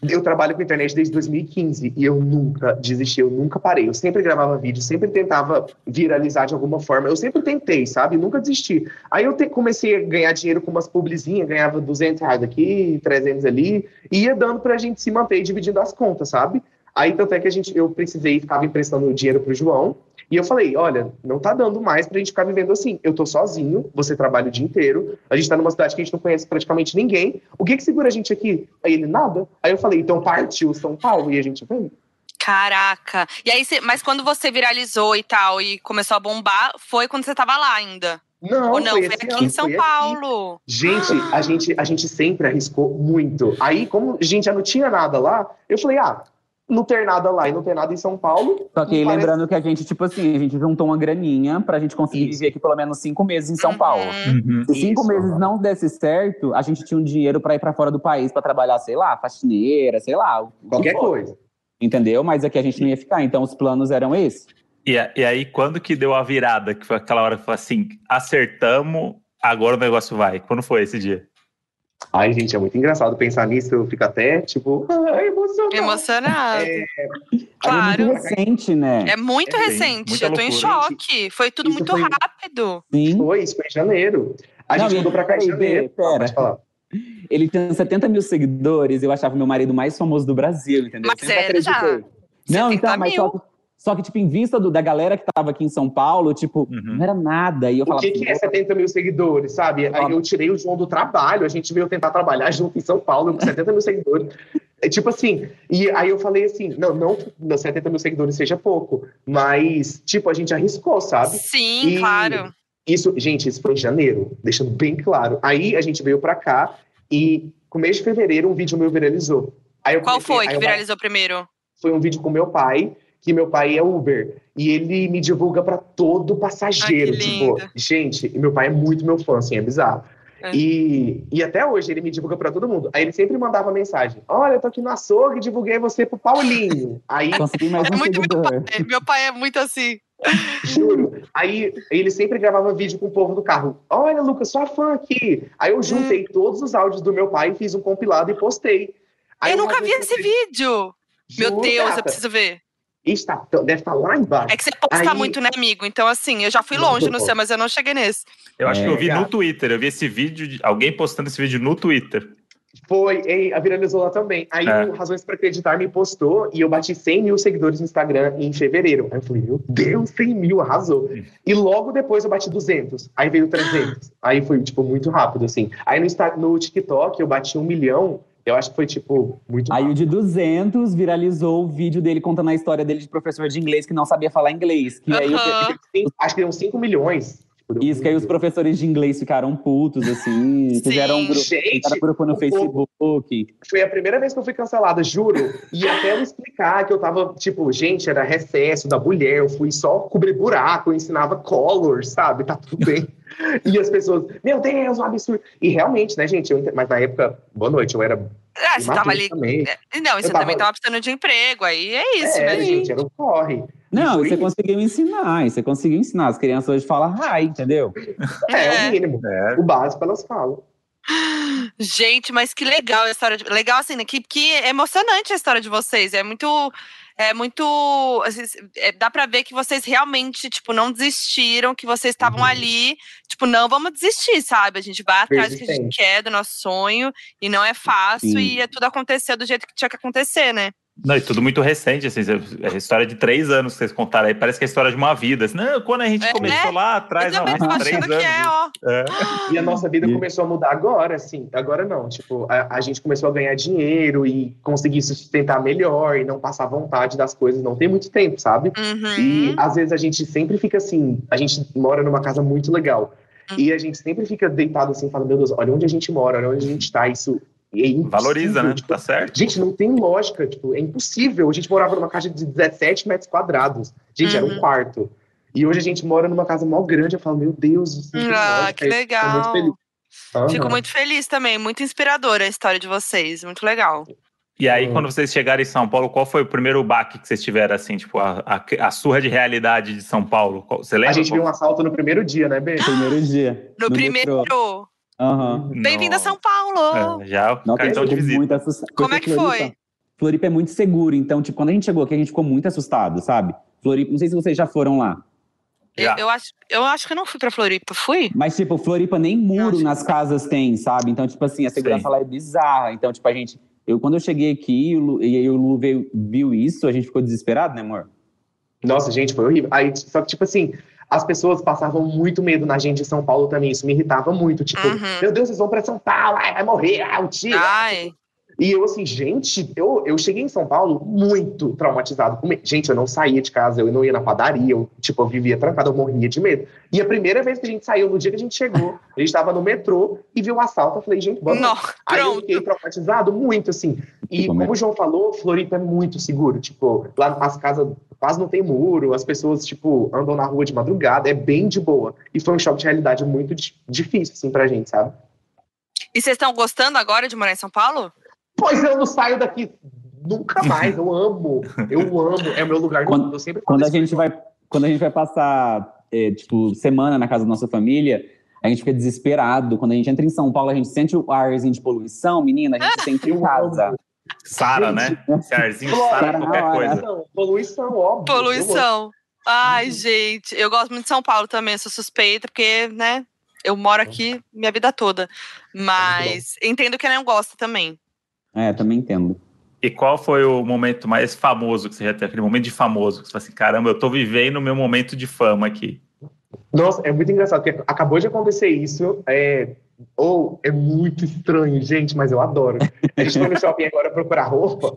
eu trabalho com internet desde 2015 e eu nunca desisti, eu nunca parei. Eu sempre gravava vídeo, sempre tentava viralizar de alguma forma. Eu sempre tentei, sabe? Nunca desisti. Aí eu te- comecei a ganhar dinheiro com umas publizinhas, ganhava 200 reais aqui, 300 ali, e ia dando pra gente se manter e dividindo as contas, sabe? Aí tanto é que a gente, eu precisei, ficava emprestando dinheiro pro João, e eu falei, olha, não tá dando mais pra gente ficar vivendo assim. Eu tô sozinho, você trabalha o dia inteiro, a gente tá numa cidade que a gente não conhece praticamente ninguém. O que que segura a gente aqui? Aí ele, nada. Aí eu falei, então partiu São Paulo e a gente vem. Caraca. E aí, você- mas quando você viralizou e tal e começou a bombar, foi quando você tava lá ainda? Não, Ou não? Foi esse aqui ano, em São foi aqui. Paulo. Gente, a gente, a gente sempre arriscou muito. Aí, como a gente já não tinha nada lá, eu falei, ah, não ter nada lá e não ter nada em São Paulo. Só que aí não parece- lembrando que a gente, tipo assim, a gente juntou uma graninha pra gente conseguir Isso. viver aqui pelo menos cinco meses em São Paulo. Uhum. Uhum. Se cinco Isso. meses não desse certo, a gente tinha um dinheiro pra ir pra fora do país pra trabalhar, sei lá, faxineira, sei lá, o que Qualquer for, coisa. Entendeu? Mas aqui a gente não ia ficar, então os planos eram esses. E, a- e aí, quando que deu a virada? Que foi aquela hora que falou assim: acertamos, agora o negócio vai. Quando foi esse dia? Ai, gente, é muito engraçado pensar nisso. Eu fico até, tipo, ah, emocionado. Emocionado. É, É claro. muito recente, né? É muito É, recente. muita Eu tô em loucura. choque. Foi tudo Isso muito foi- rápido. Sim. Foi, isso foi em janeiro. A Não, gente e- mudou pra cá em peraí, janeiro. pera. Ah, pode falar. Ele tinha 70 mil seguidores, eu achava meu marido mais famoso do Brasil, entendeu? Mas era já. Não, 70 então, mas só que, só que, tipo, em vista do- da galera que tava aqui em São Paulo, tipo, Uhum. não era nada. E eu O falava que, assim, que é 70 mil seguidores, sabe? Aí eu tirei o João do trabalho, a gente veio tentar trabalhar junto em São Paulo, eu com 70 mil seguidores. É tipo assim, e aí eu falei assim: não, não que meus 70 mil seguidores seja pouco, mas, tipo, a gente arriscou, sabe? Sim, E- claro. Isso, gente, isso foi em janeiro, deixando bem claro. Aí a gente veio pra cá e, com o mês de fevereiro, um vídeo meu viralizou. Aí eu Qual comecei- foi aí que eu viralizou primeiro? foi um vídeo com meu pai, que meu pai é Uber. E ele me divulga pra todo passageiro. Ai, que tipo, lindo. gente, e meu pai é muito meu fã, assim, é bizarro. É. E, e até hoje ele me divulga pra todo mundo. Aí ele sempre mandava mensagem: Olha, eu tô aqui no açougue, divulguei você pro Paulinho. Aí, Consegui mais É um muito meu seguidor. pai. Meu pai é muito assim. juro. Aí ele sempre gravava vídeo com o povo do carro: Olha, Lucas, sua fã aqui. Aí eu juntei todos os áudios do meu pai, fiz um compilado e postei. Aí Hum. eu uma nunca vi vez esse postei, vídeo. Meu "Juro, Deus, gata, eu preciso ver. está tão- deve estar lá embaixo. É que você posta Aí- muito, né, amigo? Então, assim, eu já fui Não, longe não no seu, mas eu não cheguei nesse. Eu acho É, que eu vi cara. no Twitter, eu vi esse vídeo, de- alguém postando esse vídeo no Twitter. Foi, e a viralizou lá também. Aí É. o Razões para Acreditar me postou e eu bati 100 mil seguidores no Instagram em fevereiro. Aí eu falei, meu Deus, 100 mil, arrasou. E logo depois eu bati 200, aí veio 300. Aí foi, tipo, muito rápido, assim. Aí no, Insta- no TikTok eu bati um milhão, eu acho que foi, tipo, muito Aí rápido. o de 200 viralizou o vídeo dele contando a história dele de professor de inglês que não sabia falar inglês. Que aí o- Aham. Sim, Acho que deu uns 5 milhões. Tipo, deu Isso, que aí os muito. professores de inglês ficaram putos, assim, fizeram um grupo, fizeram Gente, grupo no Facebook. foi a primeira vez que eu fui cancelada, juro. E até eu explicar que eu tava, tipo, gente, era recesso da mulher, eu fui só cobrir buraco, eu ensinava color, sabe? Tá tudo bem. E as pessoas, meu Deus, um absurdo. E realmente, né, gente? eu ent- mas na época, boa noite, eu era. Ah, você tava imaturo ali. Também. É, Não, você Eu tava- também tava precisando de emprego, aí é isso, é, né, gente? gente, era um corre. Não, foi você isso. conseguiu ensinar, e você conseguiu ensinar. As crianças hoje falam hi, entendeu? É, É. o mínimo. É. O básico elas falam. Gente, mas que legal a história. De... Legal, assim, né? que, que emocionante a história de vocês. É muito. É muito. assim, é- dá pra ver que vocês realmente, tipo, não desistiram, que vocês estavam Uhum. ali. Tipo, não vamos desistir, sabe? A gente vai atrás do que a gente Persistente. quer, do nosso sonho, e não é fácil, Sim. e é tudo aconteceu do jeito que tinha que acontecer, né? Não, e tudo muito recente, assim, é a história de três anos que vocês contaram aí, parece que é a história de uma vida. Assim, não, quando a gente É, começou lá Eu atrás, não, também tô faz achando três que anos. é, ó. É. E a nossa vida E- começou a mudar agora, assim. Agora não. Tipo, a, a gente começou a ganhar dinheiro e conseguir sustentar melhor e não passar vontade das coisas. Não tem é muito tempo, sabe? E Uhum. às vezes a gente sempre fica assim, a gente mora numa casa muito legal. Uhum. E a gente sempre fica deitado assim, falando, meu Deus, olha onde a gente mora, olha onde a gente tá, isso é impossível, Valoriza, né? tipo, Tá certo? Gente, não tem lógica, tipo, é impossível. A gente morava numa casa de 17 metros quadrados. Gente, era Uhum. um quarto. E hoje a gente mora numa casa mó grande, eu falo, meu Deus, isso não tem Ah, lógica, que eu fico legal. muito feliz. Fico Aham. muito feliz também, muito inspiradora a história de vocês, muito legal. E aí, Hum. quando vocês chegaram em São Paulo, qual foi o primeiro baque que vocês tiveram, assim, tipo, a, a- a surra de realidade de São Paulo? Qual- Você lembra? A gente viu um assalto no primeiro dia, né, Bê? Ah. Primeiro dia. Ah, No, primeiro. Hum. metrô. Aham. um Bem-vindo a Nossa. São Paulo! É, já Nossa, cartão eu de fiquei visita. muito assustado. Como Porque é que foi? Floripa- Floripa é muito seguro, então, tipo, quando a gente chegou aqui, a gente ficou muito assustado, sabe? Floripa, não sei se vocês já foram lá. Eu, É, Já. eu acho, eu acho que eu não fui pra Floripa. Fui? Mas, tipo, Floripa nem Eu muro acho nas casas tem, sabe? Então, tipo assim, a segurança Sim. lá é bizarra. Então, tipo, a gente. Eu, quando eu cheguei aqui e o Lu- e aí o Lu veio- viu isso, a gente ficou desesperado, né, amor? Nossa, gente, foi horrível. Aí, só que, tipo assim, as pessoas passavam muito medo na gente de São Paulo também. Isso me irritava muito. Tipo, Uhum. meu Deus, vocês vão pra São Paulo, ai, vai morrer, ah, o tiro. Ai, E eu, assim, gente, eu, eu cheguei em São Paulo muito traumatizado. com medo. Gente, eu não saía de casa, eu não ia na padaria, eu, tipo, eu vivia trancado, eu morria de medo. E a primeira vez que a gente saiu, no dia que a gente chegou, a gente tava no metrô e viu o assalto. Eu falei, gente, bora. não, Aí eu pronto. fiquei traumatizado muito, assim. E Tipo, né? como o João falou, Floripa é muito seguro. Tipo, lá as casas quase não tem muro, as pessoas, tipo, andam na rua de madrugada, é bem de boa. E foi um choque de realidade muito di- difícil, assim, pra gente, sabe? E vocês estão gostando agora de morar em São Paulo? Pois eu não saio daqui nunca mais, eu amo. Eu amo, é o meu lugar. no Quando- mundo, eu sempre Quando a falo isso. gente vai, quando a gente vai passar, é, tipo, semana na casa da nossa família, a gente fica desesperado. Quando a gente entra em São Paulo, a gente sente o arzinho de poluição, menina, a gente se sente em Eu casa. amo. Sara, né? Gente, Esse arzinho Sara, Sara, qualquer na hora. coisa. Poluição, poluição, óbvio. Eu Poluição. Ai, Uhum. gente, eu gosto muito de São Paulo também, sou suspeita, porque, né, eu moro aqui minha vida Tá toda. Mas entendo que não gosta também. É, também entendo. E qual foi o momento mais famoso que você já teve? Aquele momento de famoso, que você fala assim, caramba, eu tô vivendo o meu momento de fama aqui. Nossa, é muito engraçado, porque acabou de acontecer isso. É... Ou é muito estranho, gente, mas eu adoro. A gente foi no shopping agora procurar roupa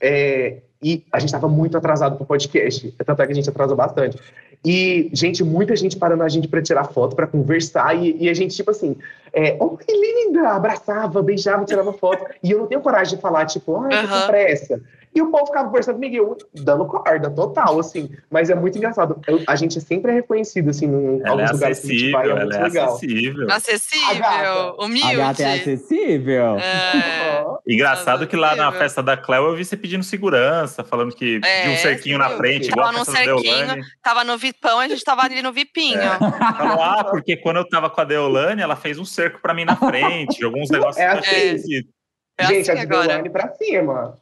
é, e a gente estava muito atrasado pro podcast. Tanto é que a gente atrasou bastante. E, gente, muita gente parando a gente para tirar foto, para conversar. E, e a gente, tipo assim, é, oh, que linda! Abraçava, beijava, tirava foto. E eu não tenho coragem de falar, tipo, ai, tô Aham. com pressa. E o povo ficava conversando comigo, e eu dando corda total, assim. Mas é muito engraçado. Eu- a gente sempre é reconhecido, assim, em Ela é alguns lugares que a gente acessível, vai, é ela muito é legal. acessível. A Acessível, gata. A humilde. gata é acessível. É. Aham. Engraçado que lá na Acessível. festa da Cléo eu vi você pedindo segurança, falando que É, pediu um cerquinho na sim, frente, sim. igual a Tava num festa da Deolane. cerquinho. Tava no Vipão, a gente tava ali no Vipinho. É. Falou, ah, porque quando eu tava com a Deolane, ela fez um cerco pra mim na frente, jogou uns negócios É assim. esquisitos. É gente, né? assim a agora. Deolane pra cima.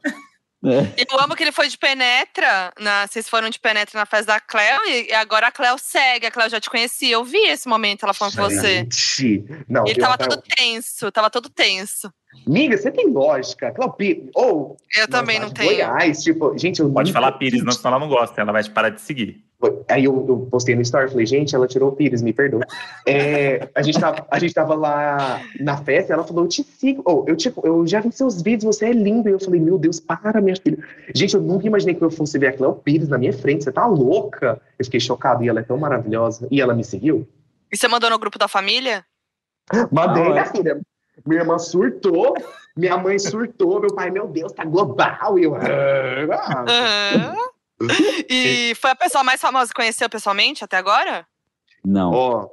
E Eu amo que ele foi de penetra. Na, vocês foram de penetra na festa da Cléo e e agora a Cléo segue. A Cléo já te conhecia. Eu vi esse momento ela falando com você. Gente. Não, Ele viu, tava Rafael? todo tenso, tava todo tenso. Miga, você tem lógica. Claupi, ou. Eu também nós não lá de tenho. Goiás, tipo, gente, eu Pode nunca- falar Pires, não, senão ela não gosta, ela vai te parar de seguir. Foi- Aí eu, eu postei no story, falei, gente, ela tirou o Pires, me perdoa. É, a, gente tava, a gente tava lá na festa, ela falou, eu te sigo, ou eu, tipo, eu já vi seus vídeos, você é lindo. E eu falei, meu Deus, para, minha filha. Gente, eu nunca imaginei que eu fosse ver a Cléo Pires na minha frente, você tá louca? Eu fiquei chocado, e ela é tão maravilhosa. E ela me seguiu? E você mandou no grupo da família? Mandei, Ah, é. minha filha. Minha irmã surtou, minha mãe surtou, meu pai, meu Deus, tá global. E eu... "Ah, É. Aham. E foi a pessoa mais famosa que conheceu pessoalmente até agora? Não, Ó,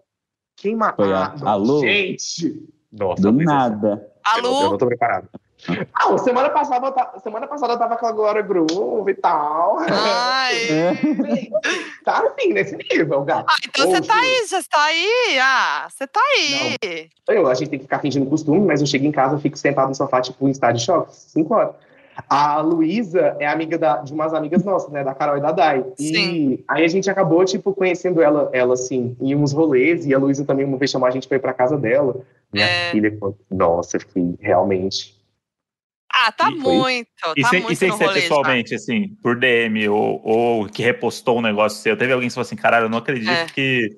quem matou? Foi a- a Lu? Gente! Nossa, do mas é essa- nada. A Eu não- Eu Lu. não tô preparado. Ah, semana passada, eu ta- semana passada eu tava com a Glória Groove e tal. Ai. tá assim, nesse nível, gato. Ah, então você tá aí, já tá aí. Ah, você tá aí. Eu, a gente tem que ficar fingindo costume, mas eu chego em casa, eu fico sentado no sofá, tipo, em estado de choque, cinco horas. A Luísa é amiga da- de umas amigas nossas, né? Da Carol e da Dai. Sim. E aí a gente acabou, tipo, conhecendo ela, ela assim, em uns rolês. E a Luísa também uma vez chamou a gente pra ir pra casa dela. Minha É. filha, quando- nossa, eu fiquei realmente... Ah, tá E- muito. E tá sem, muito e sem no ser rolê já. pessoalmente, assim, por DM ou, ou que repostou um negócio seu. Teve alguém que falou assim, caralho, eu não acredito É. que,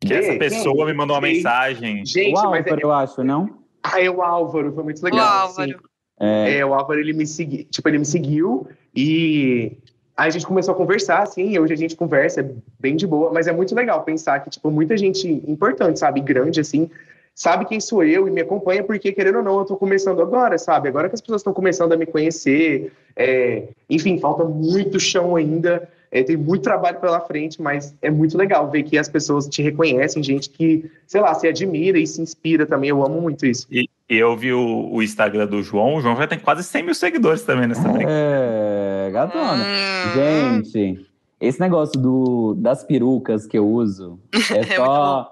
que Quem? essa pessoa me mandou uma Quem? mensagem. Gente, o mas é, Álvaro, eu acho, não? Ah, é o Álvaro, foi muito né? legal. O Álvaro. sim. É, É, o Álvaro, ele me seguiu, tipo, ele me seguiu e aí a gente começou a conversar, assim, e hoje a gente conversa, é bem de boa, mas é muito legal pensar que, tipo, muita gente importante, sabe, grande, assim, sabe quem sou eu e me acompanha, porque, querendo ou não, eu tô começando agora, sabe, agora que as pessoas estão começando a me conhecer, é, enfim, falta muito chão ainda, é, tem muito trabalho pela frente, mas é muito legal ver que as pessoas te reconhecem, gente que, sei lá, se admira e se inspira também, eu amo muito isso. E eu vi o, o Instagram do João, o João já tem quase 100 mil seguidores também nessa Ah, brincadeira. é gatona. Hum. Gente, esse negócio do, das perucas que eu uso é muito só,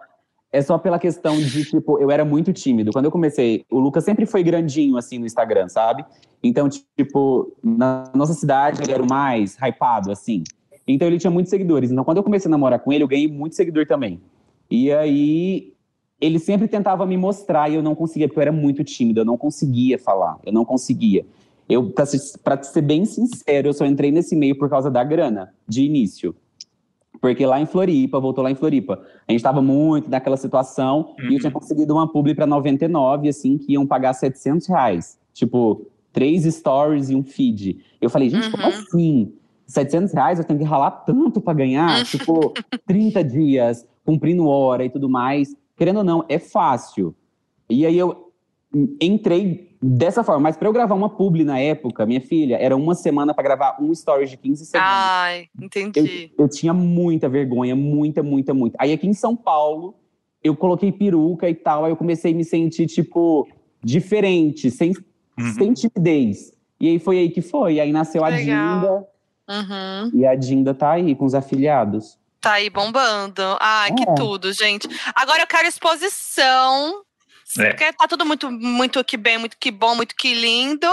é só pela questão de, tipo, eu era muito tímido. Quando eu comecei, o Lucas sempre foi grandinho, assim, no Instagram, sabe? Então, tipo, na nossa cidade ele era o mais hypado, assim. Então ele tinha muitos seguidores. Então, quando eu comecei a namorar com ele, eu ganhei muito seguidor também. E aí, ele sempre tentava me mostrar e eu não conseguia, porque eu era muito tímido, eu não conseguia falar, eu não conseguia. Eu, pra, se- pra ser bem sincero, eu só entrei nesse meio por causa da grana, de início. Porque lá em Floripa, voltou lá em Floripa, a gente tava muito naquela situação e eu tinha conseguido uma publi pra 99, assim, que iam pagar 700 reais. Tipo, três stories e um feed. Eu falei, gente, como Uhum. assim? 700 reais eu tenho que ralar tanto pra ganhar? tipo, 30 dias, cumprindo hora e tudo mais. Querendo ou não, é fácil. E aí eu entrei dessa forma. Mas pra eu gravar uma publi na época, minha filha, era uma semana pra gravar um story de 15 segundos. Ai, Eu, entendi. eu tinha muita vergonha, muita, muita, muita. Aí aqui em São Paulo, eu coloquei peruca e tal, aí eu comecei a me sentir, tipo, diferente, sem, Uhum. sem timidez. E aí foi aí que foi. Aí nasceu a Legal. Dinda, Uhum. e a Dinda tá aí com os afiliados. Tá aí bombando. Ai, que É. tudo, gente. Agora eu quero exposição. É. Porque Tá tudo muito, muito que bem, muito que bom, muito que lindo.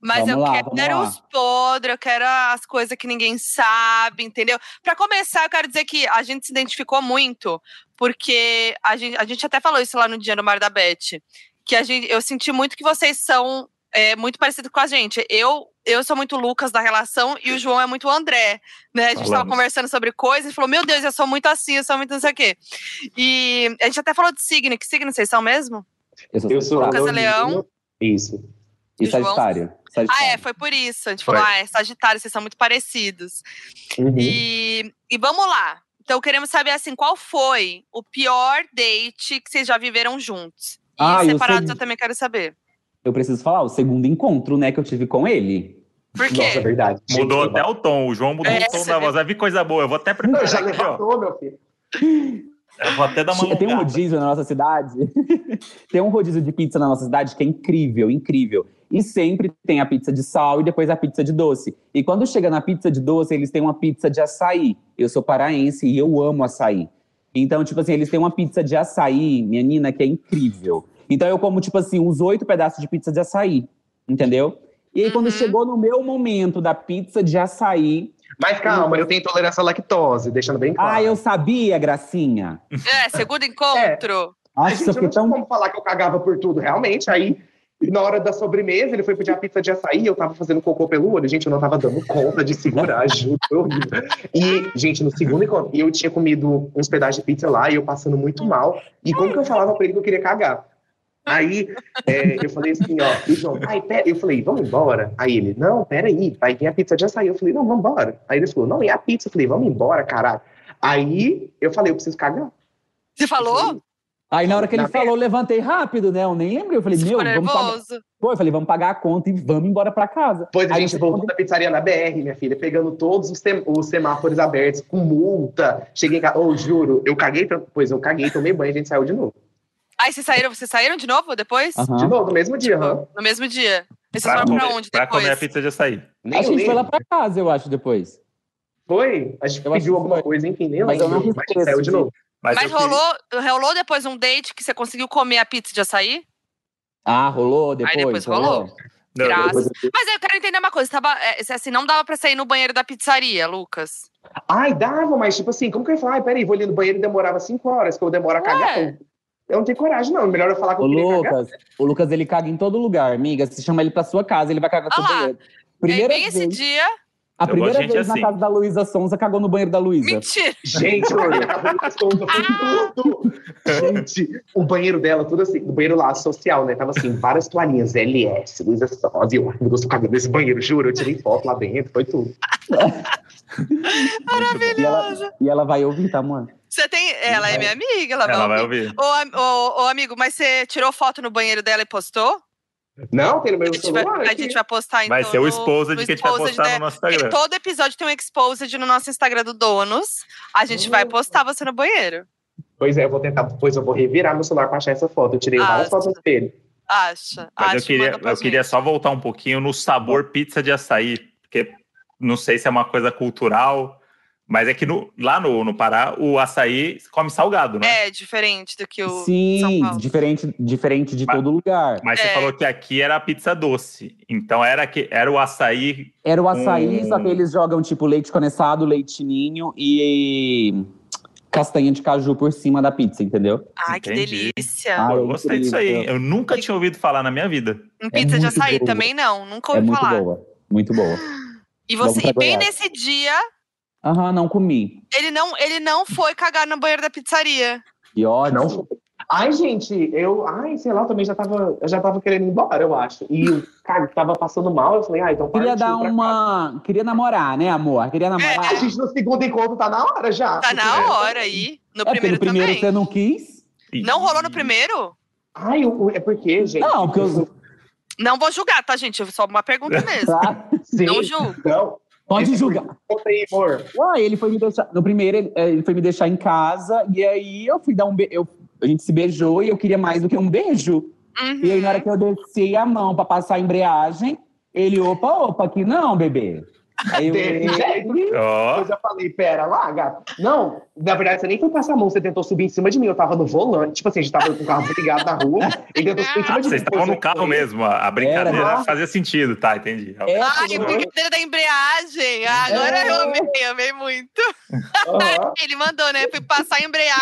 Mas Vamos eu lá, vamos quero lá. os podres, eu quero as coisas que ninguém sabe, entendeu? Pra começar, eu quero dizer que a gente se identificou muito, porque a gente, a gente até falou isso lá no dia no Mar da Beth, que a gente, eu senti muito que vocês são é, muito parecidos com a gente. Eu, eu sou muito o Lucas da relação e o João é muito o André, né? A gente tava Falamos. conversando sobre coisas e falou, meu Deus, eu sou muito assim, eu sou muito não sei o quê. E a gente até falou de signo, que signo vocês são mesmo? Eu sou né? Lucas Leonino. Leão. Isso. E João. Sagitário. Ah, Sagitário. é, foi por isso. A gente falou, Foi. ah, é Sagitário, vocês são muito parecidos. Uhum. E, e vamos lá. Então, queremos saber, assim, qual foi o pior date que vocês já viveram juntos? E Ah, eu separados, sei- eu também quero saber. Eu preciso falar, o segundo encontro, né, que eu tive com ele. Por quê? Nossa, é verdade. Gente, Mudou foi até o tom. O João mudou É, o tom você da vê. voz. Vai vir coisa boa. Eu vou até bom. Não, preparar já aqui, ó. levantou, meu filho. Eu vou até dar uma Tem um alongada. rodízio na nossa cidade. tem um rodízio de pizza na nossa cidade que é incrível, incrível. E sempre tem a pizza de sal e depois a pizza de doce. E quando chega na pizza de doce, eles têm uma pizza de açaí. Eu sou paraense e eu amo açaí. Então, tipo assim, eles têm uma pizza de açaí, menina, que é incrível. Então eu como, tipo assim, uns oito pedaços de pizza de açaí, entendeu? E aí, quando Uhum. chegou no meu momento da pizza de açaí, Mas calma, eu tenho intolerância à lactose, deixando bem claro. ah, eu sabia, Gracinha. É, segundo encontro. Ai, Gente, isso eu não foi tinha tão como falar que eu cagava por tudo, realmente. Aí, na hora da sobremesa, ele foi pedir a pizza de açaí, eu tava fazendo cocô pelo olho. Gente, eu não tava dando conta de segurar, juro, foi horrível. E, gente, no segundo encontro, eu tinha comido uns pedaços de pizza lá e eu passando muito mal. E como que eu falava pra ele que eu queria cagar? Aí, é, eu falei assim, ó, e o João, ai, pera. Eu falei, vamos embora. Aí ele, não, peraí, vai vir a pizza de açaí. Eu falei, não, vamos embora. Aí ele falou, não, e a pizza? Eu falei, vamos embora, caralho. Aí, eu falei, eu preciso cagar. Você falou? Aí na hora que ele Na falou, eu levantei rápido, né? Eu nem lembrei. Eu falei, Você meu, ficou vamos pagar. nervoso? Pô, eu falei, vamos pagar a conta e vamos embora pra casa. Pois a Aí gente você voltou conta- da pizzaria na BR, minha filha, pegando todos os, sem- os semáforos abertos, com multa. Cheguei em casa, oh, juro, eu caguei, tanto- pois eu caguei, tomei banho, a gente saiu de novo. Aí vocês saíram, vocês saíram de novo depois? Tipo, Aham. De novo, no mesmo dia, Tipo, aham. No mesmo dia. Aí vocês Pra foram comer, pra onde pra depois? comer a pizza de açaí. Nem A gente foi lembro. lá pra casa, eu acho, depois. Foi? A gente Eu acho que pediu alguma foi. coisa, enfim, nem Mas eu lembro. não Mas a gente saiu de novo. Mas, Mas eu queria- rolou, rolou depois um date que você conseguiu comer a pizza de açaí? Ah, rolou depois? depois rolou. Não, eu- Graças. Depois eu- Mas eu quero entender uma coisa, tava, é, assim, não dava pra sair no banheiro da pizzaria, Lucas. Ai, dava, mas tipo assim, como que eu ia falar? Ai, peraí, vou ali no banheiro e demorava cinco horas, que eu demoro a cagar. Ué. Eu não tenho coragem, não. Melhor eu falar que É. Ô, eu queria cagar. Lucas, o Lucas, ele caga em todo lugar, amiga. Você chama ele pra sua casa, ele vai cagar no seu Ah lá. banheiro. E aí, Primeira bem esse vez, dia. Eu a gosto de primeira gente vez na assim. casa da Luísa Sonza, cagou no banheiro da Luísa. Mentira! Gente, olha, acabou com as contas, foi tudo. Gente, o banheiro dela, tudo assim, o banheiro lá, social, né? Tava assim, várias toalhinhas, LS, Luísa Sosa, e eu, ai, meu Deus, tô cagando nesse banheiro, juro, eu tirei foto lá dentro, foi tudo. E ela, e ela vai ouvir, tá, mano? Você tem. Ela é minha amiga, ela, Ela vai vai ouvir. ouvir. Ô, am- ô, ô, amigo, mas você tirou foto no banheiro dela e postou? Não, tem no meu A gente vai, celular a aqui. gente vai postar então. Vai ser o no- exposed no que a gente vai Exposed, postar né? no nosso Porque Instagram. Todo episódio tem um exposed no nosso Instagram do Donos. A gente Hum. vai postar você no banheiro. Pois é, eu vou tentar, depois eu vou revirar meu celular pra achar essa foto, eu tirei Ah, várias fotos dele. Acha. Mas acha, eu queria, manda pra eu queria gente. só voltar um pouquinho no sabor pizza de açaí, porque não sei se é uma coisa cultural, mas é que no- lá no, no Pará o açaí come salgado, né? É, diferente do que o. São Sim, Paulo. diferente, diferente de Mas- todo lugar. Mas você É. falou que aqui era a pizza doce. Então era, que, era o açaí. Era o açaí, Hum. só que eles jogam tipo leite condensado, leite ninho e castanha de caju por cima da pizza, entendeu? Ai, que Entendi. delícia. Ah, Pô, eu é gostei disso aí. incrível. hein? Eu nunca tinha ouvido falar na minha vida. Um pizza de é muito açaí boa. também não, nunca é ouvi muito falar. boa, muito boa. E Vamos você, pra e bem Goiás. nesse dia, Aham, não comi. ele não, ele não foi cagar no banheiro da pizzaria. E ótimo. Não? Ai, gente, eu, ai, sei lá, eu também já tava, eu já tava querendo ir embora, eu acho. E, cara, tava passando mal, eu falei, ah, então Queria partiu dar pra casa. uma. Queria namorar, né, amor? É, Queria A namorar. gente no segundo encontro tá na hora já. Tá Porque- na hora aí. No É, porque primeiro no primeiro também. você não quis. E- Não rolou no primeiro? Ai, eu- é porque, gente. Não, porque eu. Não vou julgar, tá, gente? É Só uma pergunta mesmo. Tá? Sim. Não julgo. Não, Pode julgar. conta aí, amor. Uai, ele foi me deixar. No primeiro, ele, eh, ele foi me deixar em casa. E aí eu fui dar um beijo. A gente se beijou e eu queria mais do que um beijo. Uhum. E aí, na hora que eu desci a mão pra passar a embreagem, ele, opa, opa, aqui não, bebê. Aí eu, Teve jeito. Ó, Eu já falei, pera lá, gato. Não, na verdade, você nem foi passar a mão, você tentou subir em cima de mim. Eu tava no volante, tipo assim, a gente tava com o carro ligado na rua, ele tentou subir em cima ah, de mim. vocês estavam no carro mesmo. A, a brincadeira Era. fazia sentido, tá? Entendi. É, Ai, eu- brincadeira da embreagem. Ah, agora É. eu amei, amei muito. Aham. Ele mandou, né? Fui passar a embreagem.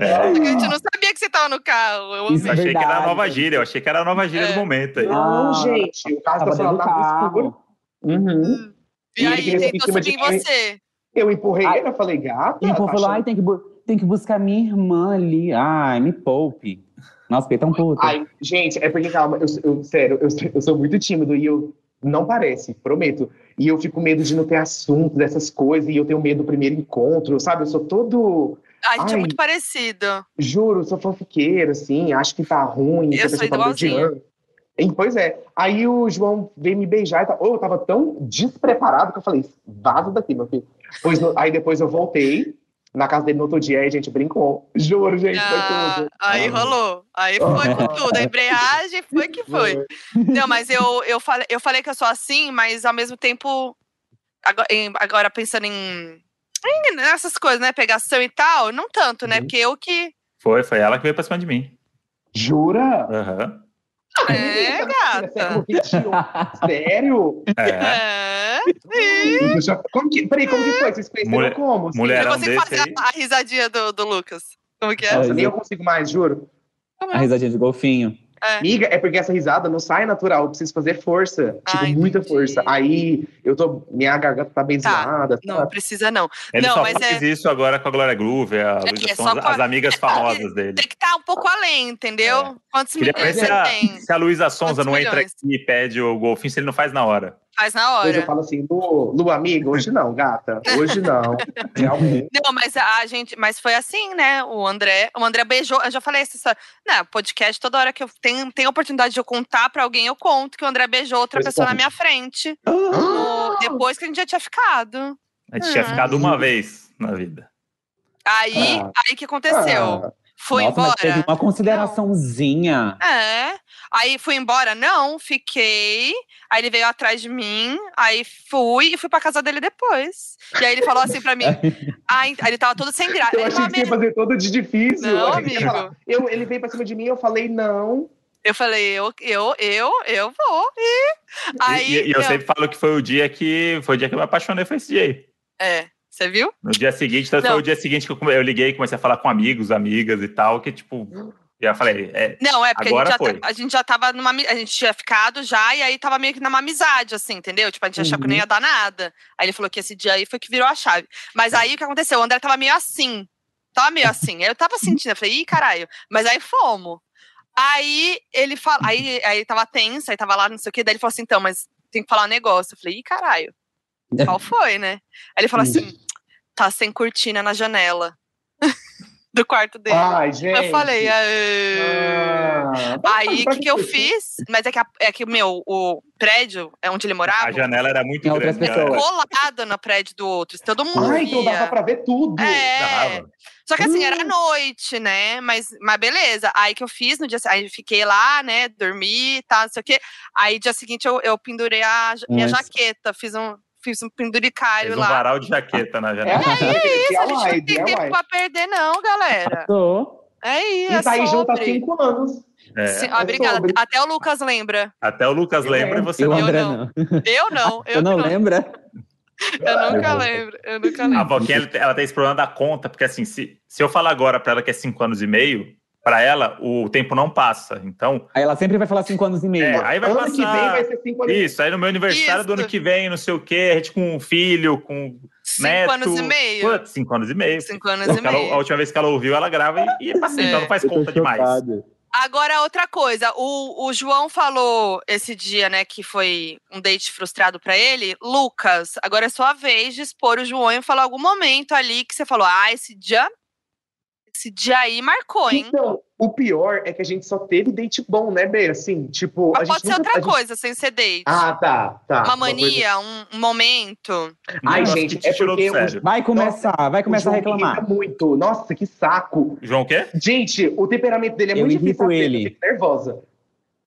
É. A gente não sabia que você tava no carro. Eu Isso amei. Eu achei que era a Verdade. nova gíria, eu achei que era a nova gíria É. do momento aí. Não, Ah, gente, o carro tava estacionado dentro do tava carro. escuro. Uhum. E E ele aí, queria subir em tentou cima de subir em mim. você. Eu empurrei Ai. ele, eu falei, gata. E o povo tá falou, ai, achando- tem que, bu- tem que buscar minha irmã ali. Ai, me poupe. Nossa, fiquei tão puta. Ai, gente, é porque, calma, eu, eu- sério, eu, eu sou muito tímido e eu não parece, prometo. E eu fico com medo de não ter assunto dessas coisas, e eu tenho medo do primeiro encontro, sabe? Eu sou todo, A gente é Ai. muito parecido. juro, sou fanfiqueiro, assim, acho que tá Eu ruim, que a sou pessoa tá me igualzinha. odiando. E, pois é. Aí o João veio me beijar e tal. Oh, eu tava tão despreparado que eu falei, vaza daqui, meu filho. Pois no- aí depois eu voltei na casa dele no outro dia e a gente brincou. Juro, gente, Ah, foi tudo. aí Ah. rolou. Aí foi com tudo. A embreagem foi que foi. Não, mas eu, eu, falei, eu falei que eu sou assim, mas ao mesmo tempo. Agora, em- agora pensando em, em essas coisas, né? Pegação e tal, não tanto, né? Uhum. Porque eu que. Foi, foi ela que veio pra cima de mim. Jura? Aham. tá É, gata. Século XXI. Sério? É. É. Deixa eu- Como que... Peraí, como que foi? Vocês conheceram Mulher- como? assim? Eu mulherão consigo desse fazer aí. a, a risadinha do, do Lucas. Como que é? Nossa, nem eu consigo mais, juro. A risadinha de golfinho. Amiga, é porque essa risada não sai natural, eu preciso fazer força. Tipo, Ah, muita entendi. força. Aí eu tô. Minha garganta tá bem Tá, zoada. Não, sabe? precisa não. Ele Não, só mas faz isso agora com a Glória Groove, a É Luísa que é só Sonza, com a- as amigas famosas dele. Tem que estar um pouco além, entendeu? Quantos Queria ver milhões se você a, tem? se a Luísa Sonza Quantos não entra milhões? aqui e pede o golfinho, se ele não faz na hora. Faz na Depois eu hora. falo assim, Lu, Lu, amiga, hoje não, gata. Hoje não. Realmente. Não, mas a a gente, mas foi assim, né? O André, o André beijou, eu já falei essa história. Não, podcast toda hora que eu tenho, tenho a oportunidade de eu contar pra alguém, eu conto que o André beijou outra Pois pessoa tá. na minha frente, no- depois que a gente já tinha ficado. A gente tinha Ah. ficado uma vez na vida. Aí, Ah. aí que aconteceu? Ah, Foi Nossa, mas teve embora. uma consideraçãozinha. É. Aí fui embora, não, fiquei. Aí ele veio atrás de mim, aí fui e fui pra casa dele depois. E aí ele falou assim pra mim. aí, aí ele tava todo sem graça. eu Ele achei falou, que você ia fazer todo de difícil. não, Achei que você ia falar, amigo. eu, ele veio pra cima de mim, eu falei não. Eu falei, eu, eu, eu, eu vou. E aí. E- e, e eu não, sempre falo que foi o dia que foi o dia que eu me apaixonei, foi esse dia aí. É, você viu? No dia seguinte, então, foi Não. o dia seguinte que eu, come- eu liguei e comecei a falar com amigos, amigas e tal, que tipo, já falei, é, Não, é porque a gente, Agora já foi. tá- a gente já tava numa. ami- A gente tinha ficado já, e aí tava meio que numa amizade, assim, entendeu? Tipo, a gente achava que Uhum. não ia dar nada. Aí ele falou que esse dia aí foi que virou a chave. Mas aí o que aconteceu? O André tava meio assim. Tava meio assim. Eu tava sentindo, eu falei, ih, caralho. Mas aí fomos. Aí ele fala, aí, aí tava tensa, aí tava lá, não sei o quê. Daí ele falou assim, então, mas tem que falar um negócio. Eu falei, ih, caralho. Qual foi, né? Aí ele falou assim, tá sem cortina na janela do quarto dele. Ai, gente. É, eu falei, aê. Ah, Aí, o pra que, que eu isso? fiz? Mas é que, a- é que meu, o prédio é onde ele a morava, janela era muito Tem outras grande. né? galera. pessoas. colado no prédio do outro. se Todo mundo Ai, via. então dava pra ver Hum. tudo. É. Dava. Só que assim, era à noite, né? Mas, mas beleza. Aí que eu fiz no dia se- Aí eu fiquei lá, né? Dormi e tal, não sei o quê. Aí dia seguinte eu, eu pendurei a ja- minha Nossa. jaqueta, fiz um, fiz um penduricário Fez um lá. varal de jaqueta na É, janela. é Isso, isso, a gente não tem tempo pra perder, não, galera. Tô. É isso. E tá aí é junto há sobre. cinco anos. É, Sim, é ó, Obrigada. sobre. Até o Lucas lembra. Até o Lucas Eu lembra e lembro. você Eu Eu, não. André, não. não. Eu não. Eu, Eu não não. lembra? Eu nunca lembro, eu nunca A lembro. Valquinha, ela tem- ela tem esse problema da conta, porque assim, se, se eu falar agora pra ela que é 5 anos e meio, pra ela o tempo não passa. Então, Aí ela sempre vai falar cinco anos e meio. é, aí vai ano passar. que vem vai ser cinco anos. Isso, aí no meu aniversário do Isso. ano que vem, não sei o quê, a gente com um filho, com. Cinco neto. anos e meio. Putz, cinco anos e meio. Então, Cinco anos e Ela- a meio. última vez que ela ouviu, ela grava e, e é assim, É. então não faz Eu tô conta demais. chocado. Agora, outra coisa, o, o João falou esse dia, né, que foi um date frustrado pra ele. Lucas, agora é sua vez de expor o João e falar algum momento ali que você falou: ah, esse dia. Esse dia aí marcou, hein? Então, o pior é que a gente só teve date bom, né, Bê? Assim, tipo. a Mas gente pode ser nunca- outra a gente- coisa, sem ser date. Ah, tá, tá. uma coisa- mania, um, um momento. Um Ai, negócio gente, que te é tirou do porque o- sério. Vai começar, vai começar o a João me reclamar. irrita muito. Nossa, que saco. João, o quê? Gente, o temperamento dele é Eu muito difícil. irrito às vezes, ele. Eu fico nervosa.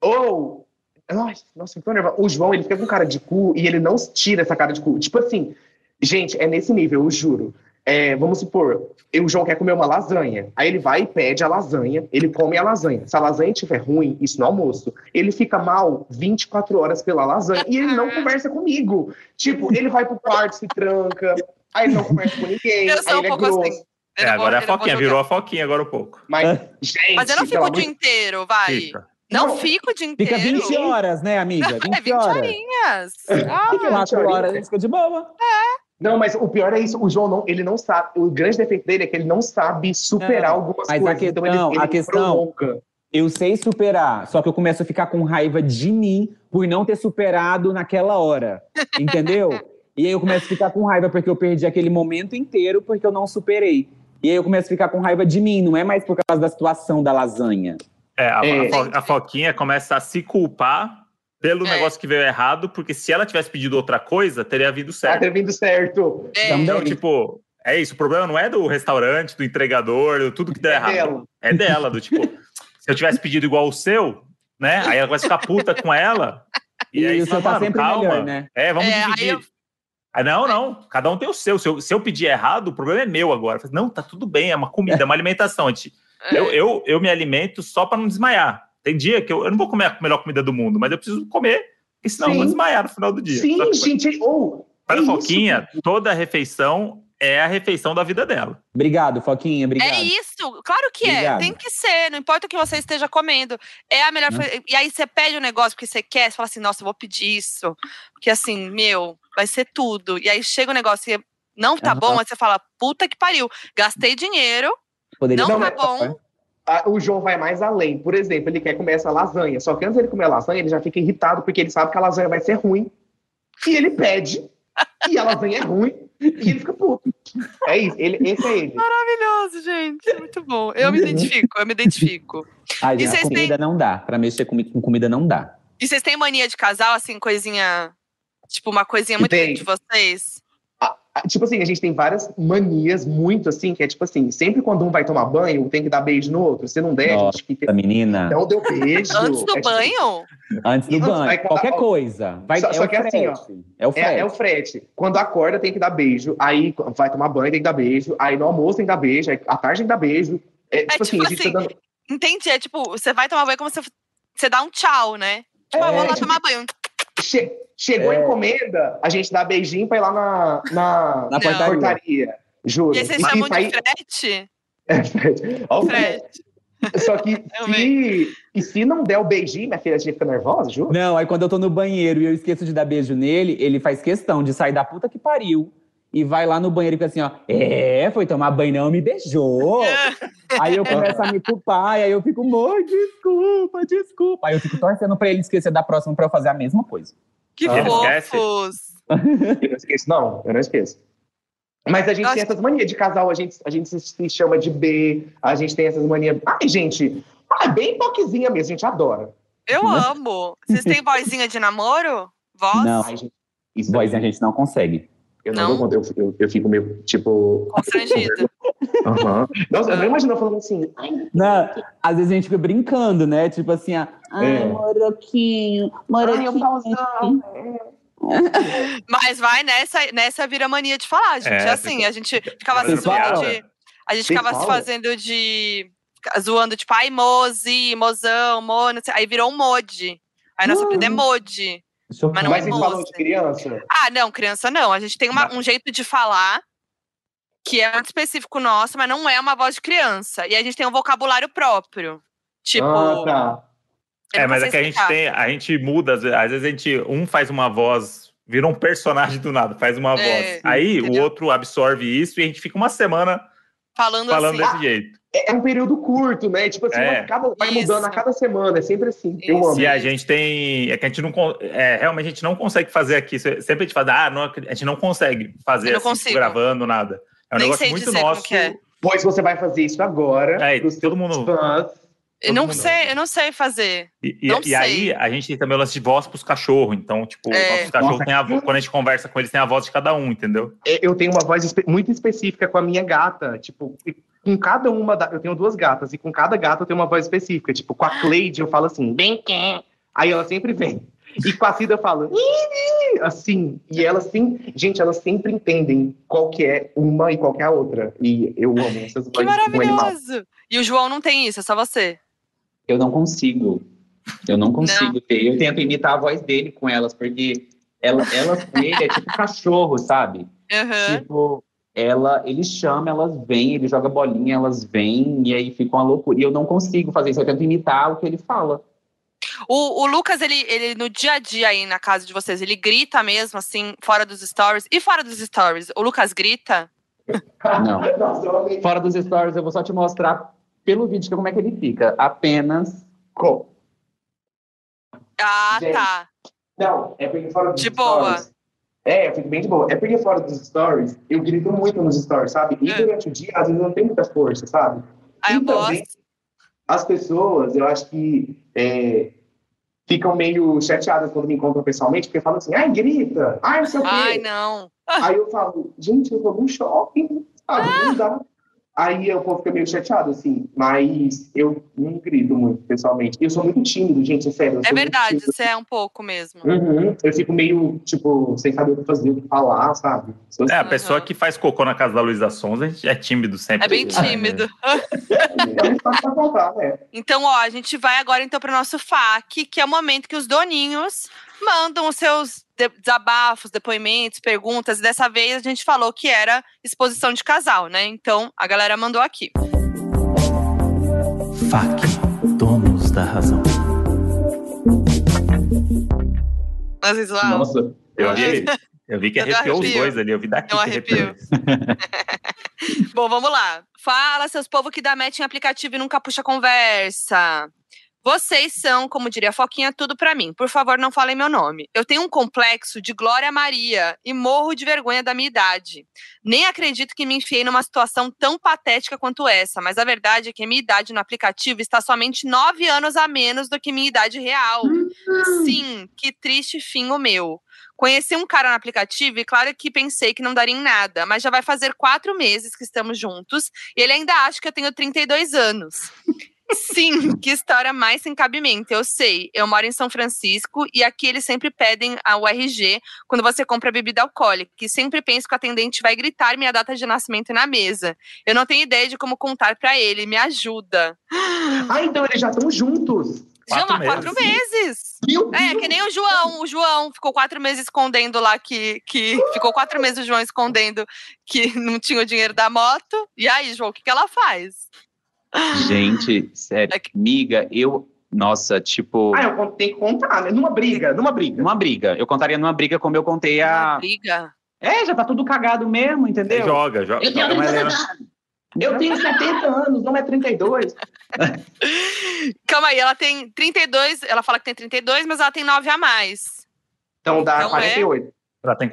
Ou. Nossa, nossa, eu tô nervosa. O João, ele fica com cara de cu e ele não tira essa cara de cu. Tipo assim, gente, é nesse nível, eu juro. É, vamos supor, o João quer comer uma lasanha. Aí ele vai e pede a lasanha, ele come a lasanha. Se a lasanha estiver ruim, isso no almoço, ele fica mal 24 horas pela lasanha e ele não Ah. conversa comigo. Tipo, ele vai pro quarto, se tranca, aí ele não conversa com ninguém. Eu sou aí um ele pouco é grosso. assim. Eu É, não vou- agora é eu a não vou Foquinha, jogar. virou a Foquinha agora um pouco. Mas, É. gente, Mas eu não fico pelo o amor dia inteiro, vai. Fica. Não, Não, fico o dia inteiro. Fica 20 horas, né, amiga? 20, É 20 horas. um horinhas. Ah, 4 horinhas. horas, ele ficou de boa. Não, mas o pior é isso, o João não, ele não sabe, o grande defeito dele é que ele não sabe superar Não, algumas É, mas a coisas. então ele, questão- ele a questão- prolonga. Eu sei superar, só que eu começo a ficar com raiva de mim por não ter superado naquela hora. Entendeu? e aí eu começo a ficar com raiva porque eu perdi aquele momento inteiro porque eu não superei. E aí eu começo a ficar com raiva de mim, não é mais por causa da situação da lasanha. É, a, É. a Fo- a Foquinha começa a se culpar pelo É. negócio que veio errado, porque se ela tivesse pedido outra coisa, teria havido Tá certo. vindo certo. É. É, Também. Então, tipo, é isso. O problema não é do restaurante, do entregador, do tudo que deu É errado. dela. É dela, do tipo, se eu tivesse pedido igual o seu, né? Aí ela vai ficar puta com ela. E, aí o você fala, seu tá "Mano, sempre calma. melhor, né? É, vamos É, aí dividir. eu- Ah, não, não. Cada um tem o seu. Se eu, se eu pedir errado, o problema é meu agora. Eu falei, Não, tá tudo bem. É uma comida, é uma alimentação. gente. É. Eu, eu, eu me alimento só para não desmaiar. Tem dia que eu, eu não vou comer a melhor comida do mundo, mas eu preciso comer, porque senão eu vou Sim. desmaiar no final do dia. Sim, Só que gente. Ou. Para a é Foquinha, toda refeição é a refeição da vida dela. Obrigado, Foquinha, obrigado. É isso, claro que é. Obrigado. Tem que ser, não importa o que você esteja comendo. É a melhor. fe- E aí você pede um negócio porque você quer, você fala assim, nossa, eu vou pedir isso. Porque assim, meu, vai ser tudo. E aí chega o negócio e não tá Aham. bom, aí você fala, puta que pariu, gastei dinheiro, Poderia não não, tá mas- né? bom. é. Ah, O João vai mais além. Por exemplo, ele quer comer essa lasanha. Só que antes ele comer a lasanha, ele já fica irritado, porque ele sabe que a lasanha vai ser ruim. E ele pede, e a lasanha é ruim, e ele fica puto. É isso, ele, esse é ele. Maravilhoso, gente, muito bom. Eu me identifico, eu me identifico. Ai, E gente, vocês a comida não dá. Pra mexer com, com comida não dá. E vocês têm mania de casal, assim, coisinha. Tipo, uma coisinha muito Tem. de vocês? Ah, Tipo assim, a gente tem várias manias, muito assim, que é tipo assim, sempre quando um vai tomar banho, tem que dar beijo no outro. Se não der, a gente Essa fica. menina, Não Então, deu beijo. Antes do É tipo- banho? antes do Não, vai banho, cada- qualquer coisa. Vai, Só- é, só o que assim, ó, frete, é o frete. É, é o frete. Quando acorda, tem que dar beijo. Aí vai tomar banho, tem que dar beijo. Aí no almoço tem que dar beijo. Aí à tarde tem que dar beijo. É, tipo, assim, tipo a gente assim, tá dando. Entendi, é tipo, você vai tomar banho como se você dá um tchau, né? Tipo, É, ah, vou lá tipo- tomar banho. Che- chegou É. a encomenda, a gente dá beijinho pra ir lá na, na, Na Não. portaria. portaria. Juro. E aí vocês E chamam se sair- de frete? É, Fred. Ó, o Fred. Frete. Só que amei. se, e se não der o beijinho, minha filha, a gente fica nervosa, juro. Não, aí quando eu tô no banheiro e eu esqueço de dar beijo nele, ele faz questão de sair da puta que pariu. E vai lá no banheiro e fica assim, ó. É, foi tomar banho, não me beijou. "Ah, aí eu começo a me culpar, e aí eu fico, amor, desculpa, desculpa. Aí eu fico torcendo pra ele esquecer da próxima pra eu fazer a mesma coisa. Que Ah, fofos. Eu não esqueço, não. Eu não esqueço. Mas a gente Nossa. tem essas manias de casal, a gente, a gente se, se chama de B, a gente tem essas manias. Ai, gente, ai, bem toquezinha mesmo, a gente adora. Eu Uhum. amo. Vocês têm vozinha de namoro? Voz? Não. Ai, gente, isso é- Vozinha a gente não consegue. Eu não, Não? dou conta, eu, eu, eu fico meio tipo. Constrangida. Aham. Nossa, Ah. eu não imagino eu falando assim, ai, Não, às vezes a gente fica brincando, né? Tipo assim, ah, ai, É. moroquinho, ai, um moroquinho. assim, pauzão. Mas vai nessa, nessa vira mania de falar, gente. É, assim, fica- a gente ficava se Vocês fazendo falam? de. A gente Vocês ficava se falam? fazendo de. Zoando, tipo, ai, mozi, mozão, mo. não sei- Aí virou um mode. Aí nosso Hum. apelido é mode. Chocante. Mas não é Mas vocês moça. falam de criança? Ah, não, criança não. A gente tem uma- um jeito de falar que é muito específico nosso, mas não é uma voz de criança. E a gente tem um vocabulário próprio. Tipo. Ah, tá. eu É, não mas sei é que a gente explicar. tem, a gente muda, às ve- às vezes a gente, um faz uma voz, vira um personagem do nada, faz uma É, voz. Aí entendeu? o outro absorve isso e a gente fica uma semana Falando, falando assim. desse jeito. É, é um período curto, né? Tipo assim, É. uma- cada, vai Isso. mudando a cada semana, é sempre assim. Eu Isso. amo. E a gente tem, é que a gente não, con- é, realmente a gente não consegue fazer aqui, se- sempre a gente fala, ah, não, acre- a gente não consegue fazer Eu não assim, consigo. gravando nada. É um Nem negócio sei muito dizer como nosso. que é. Pois você vai fazer isso agora. É, e pros todo seus mundo- Fãs. Eu não Todo mundo. sei, eu não sei fazer. E, e- Não e aí sei. a gente tem também o lance de voz pros cachorros. Então, tipo, É. os cachorros Nossa, têm a vo- quando a gente conversa com eles, tem a voz de cada um, entendeu? É, Eu tenho uma voz espe- muito específica com a minha gata. Tipo, e com cada uma. da- Eu tenho duas gatas, e com cada gata eu tenho uma voz específica. Tipo, com a Cleide eu falo assim, bem quem? Aí ela sempre vem. E com a Cida eu falo, "Ih", assim. E elas sim, gente, elas sempre entendem qual que é uma e qual que é a outra. E eu amo essas Que vozes com animal. maravilhoso! E o João não tem isso, é só você. é- Eu não consigo. Eu não consigo ter. Eu tento imitar a voz dele com elas, porque ela, ela com ele é tipo cachorro, sabe? É. Aham. Tipo, ela, ele chama, elas vêm, ele joga bolinha, elas vêm, e aí fica uma loucura. E eu não consigo fazer isso, eu tento imitar o que ele fala. O, o Lucas, ele, ele no dia a dia aí na casa de vocês, ele grita mesmo, assim, fora dos stories. E fora dos stories, o Lucas grita? Não. Nossa, eu amei. Fora dos stories, eu vou só te mostrar pelo vídeo que- como é que ele fica. Apenas com. Ah, Gente. tá. Não, é porque fora dos De boa. stories. É, eu fico bem de boa. É porque fora dos stories, eu grito muito nos stories, sabe? E É. durante o dia, às vezes eu não tenho muita força, sabe? Aí Ah, eu Então, posso. gente, as pessoas, eu acho que é, ficam meio chateadas quando me encontram pessoalmente, porque falam assim, ai, grita, ai, não sei o quê. Ai, não. Ah! Aí eu falo, gente, eu vou num shopping, sabe? Não dá. Aí eu vou ficar meio chateado, assim, mas eu não grito muito, pessoalmente. Eu sou muito tímido, gente, é sério. eu É sou muito verdade, tímido. você é um pouco mesmo. Uhum. Eu fico meio, tipo, sem saber o que fazer, o que falar, sabe? Sou É, a Aham. pessoa que faz cocô na casa da Luísa Sonza é tímido sempre. É bem Ah, tímido. É muito fácil pra contar, né? Então, ó, a gente vai agora então para nosso FAQ, que é o momento que os doninhos mandam os seus de- desabafos, depoimentos, perguntas. E dessa vez a gente falou que era exposição de casal, né? Então, a galera mandou aqui. Fac, donos da razão. Mas isso Tá. lá, Nossa, Eu É. vi, eu vi que Eu dou arrepiou os arrepio. um dois ali, eu vi daqui. Eu que arrepiou. Bom, vamos lá. Fala, seus povos que dá match em aplicativo e nunca puxa conversa. Vocês são, como diria a Foquinha, tudo pra mim. Por favor, não falem meu nome. Eu tenho um complexo de Glória Maria e morro de vergonha da minha idade. Nem acredito que me enfiei numa situação tão patética quanto essa, mas a verdade é que minha idade no aplicativo está somente nove anos a menos do que minha idade real. Sim, que triste fim o meu. Conheci um cara no aplicativo e claro que pensei que não daria em nada, mas já vai fazer quatro meses que estamos juntos e ele ainda acha que eu tenho 32 anos. Sim, que história mais sem cabimento, eu sei. Eu moro em São Francisco e aqui eles sempre pedem a URG quando você compra bebida alcoólica, que sempre penso que o atendente vai gritar minha data de nascimento na mesa. Eu não tenho ideia de como contar pra ele, me ajuda. Ah, então eles já estão juntos. Já Quatro há quatro meses. Meu É, que nem o João. O João ficou quatro meses escondendo lá que. que ficou quatro meses o João escondendo que não tinha o dinheiro da moto. E aí, João, o que, que ela faz? gente, sério. É que- Miga, eu. Nossa, tipo. Ah, eu con- tenho que contar, né? Numa briga, numa briga. Numa briga. Eu contaria numa briga como eu contei Ah. Uma Ah, a. briga. É, já tá tudo cagado mesmo, É, entendeu? Joga, joga. Eu joga tenho uma 30 Helena. anos. Eu tenho 70 anos, não é 32. Calma aí, ela tem 32. Ela fala que tem 32, mas ela tem nove a mais. Então dá Então é. 48. Ela tem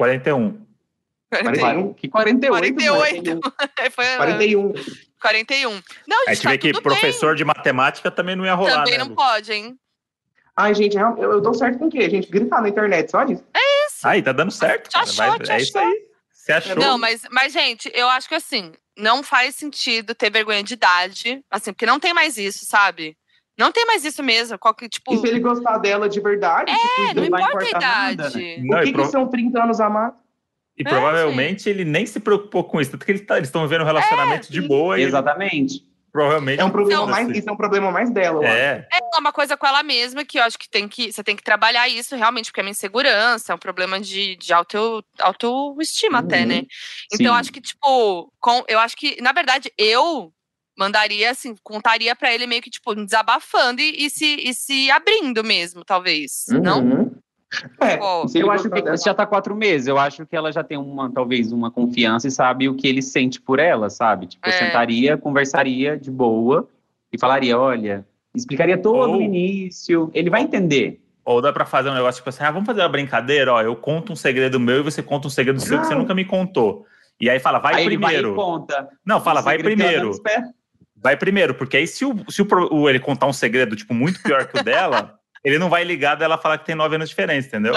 41. 41? Que 48. 48. mano. Foi é, 41. 41. Não, Aí gente, tive tá É, que tudo bem. professor de matemática também não ia rolar, Também né? não Lu? pode, hein? Ai, gente, eu, eu dou certo com o quê? gente gritar na internet, só isso. Aí, tá dando certo. Te cara. achou, Vai- te é isso achou. aí. Você achou? Não, mas, mas, gente, eu acho que assim, não faz sentido ter vergonha de idade, assim, porque não tem mais isso, sabe? Não tem mais isso mesmo. Qual que, tipo, E se ele gostar dela de verdade, tipo, é, não vai importa a importar idade. nada, né? Não, o e que, pro- que são 30 anos a mais? E provavelmente É, ele nem se preocupou com isso. Tanto que ele tá- eles estão vivendo um relacionamento de boa e ele Exatamente. provavelmente. É um Então, problema Foda-se. mais, isso é um problema mais dela, eu acho. É, É uma coisa com ela mesma que eu acho que tem que você tem que trabalhar isso realmente, porque é uma insegurança, é um problema de, de auto, autoestima até, Uhum. né? Então eu Sim. acho que tipo, com, eu acho que na verdade eu mandaria assim, contaria pra ele meio que tipo desabafando e, e se e se abrindo mesmo, talvez. Não? Uhum. É, Ó, Se ele Eu eu acho acho que- já tá quatro meses. Eu acho que ela já tem uma, talvez, uma confiança e sabe o que ele sente por ela, sabe? Tipo, eu É. sentaria, conversaria de boa e falaria: olha, explicaria todo Ou- o início. Ele vai entender. ou dá pra fazer um negócio tipo assim: ah, vamos fazer uma brincadeira, ó. Eu conto um segredo meu e você conta um segredo seu que você Não. nunca me contou. E aí fala, vai Aí ele vai primeiro. e conta. não, fala, O vai segredo que ela primeiro. tanto espera. Vai primeiro, porque aí se, o, se o, pro- o- ele contar um segredo, tipo, muito pior que o dela, ele não vai ligar dela falar que tem nove anos de diferença, entendeu?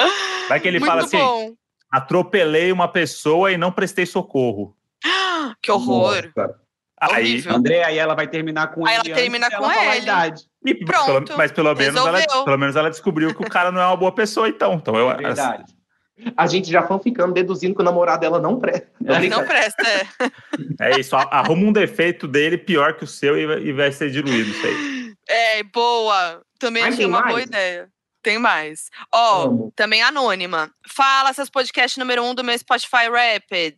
Vai que ele Muito fala assim: bom. atropelei uma pessoa e não prestei socorro. Ah, Que horror. Nossa. Aí, Horrível. André, aí ela vai terminar com Aí ele. ela termina antes com dela falar a ele. idade. e Pronto, pelo- mas pelo menos, ela, resolveu. pelo menos ela descobriu que o cara não é uma boa pessoa, então. Então eu É verdade. A gente já fanficando, deduzindo que o namorado dela não presta. Tô Não brincando. presta, é. é isso. a- Arruma um defeito dele pior que o seu e, vai- e vai ser diluído isso aí. É, boa. Também Mas achei tem uma boa mais? ideia. Tem mais. Ó, Amo. também anônima. Fala seus podcasts número um do meu Spotify Rapid.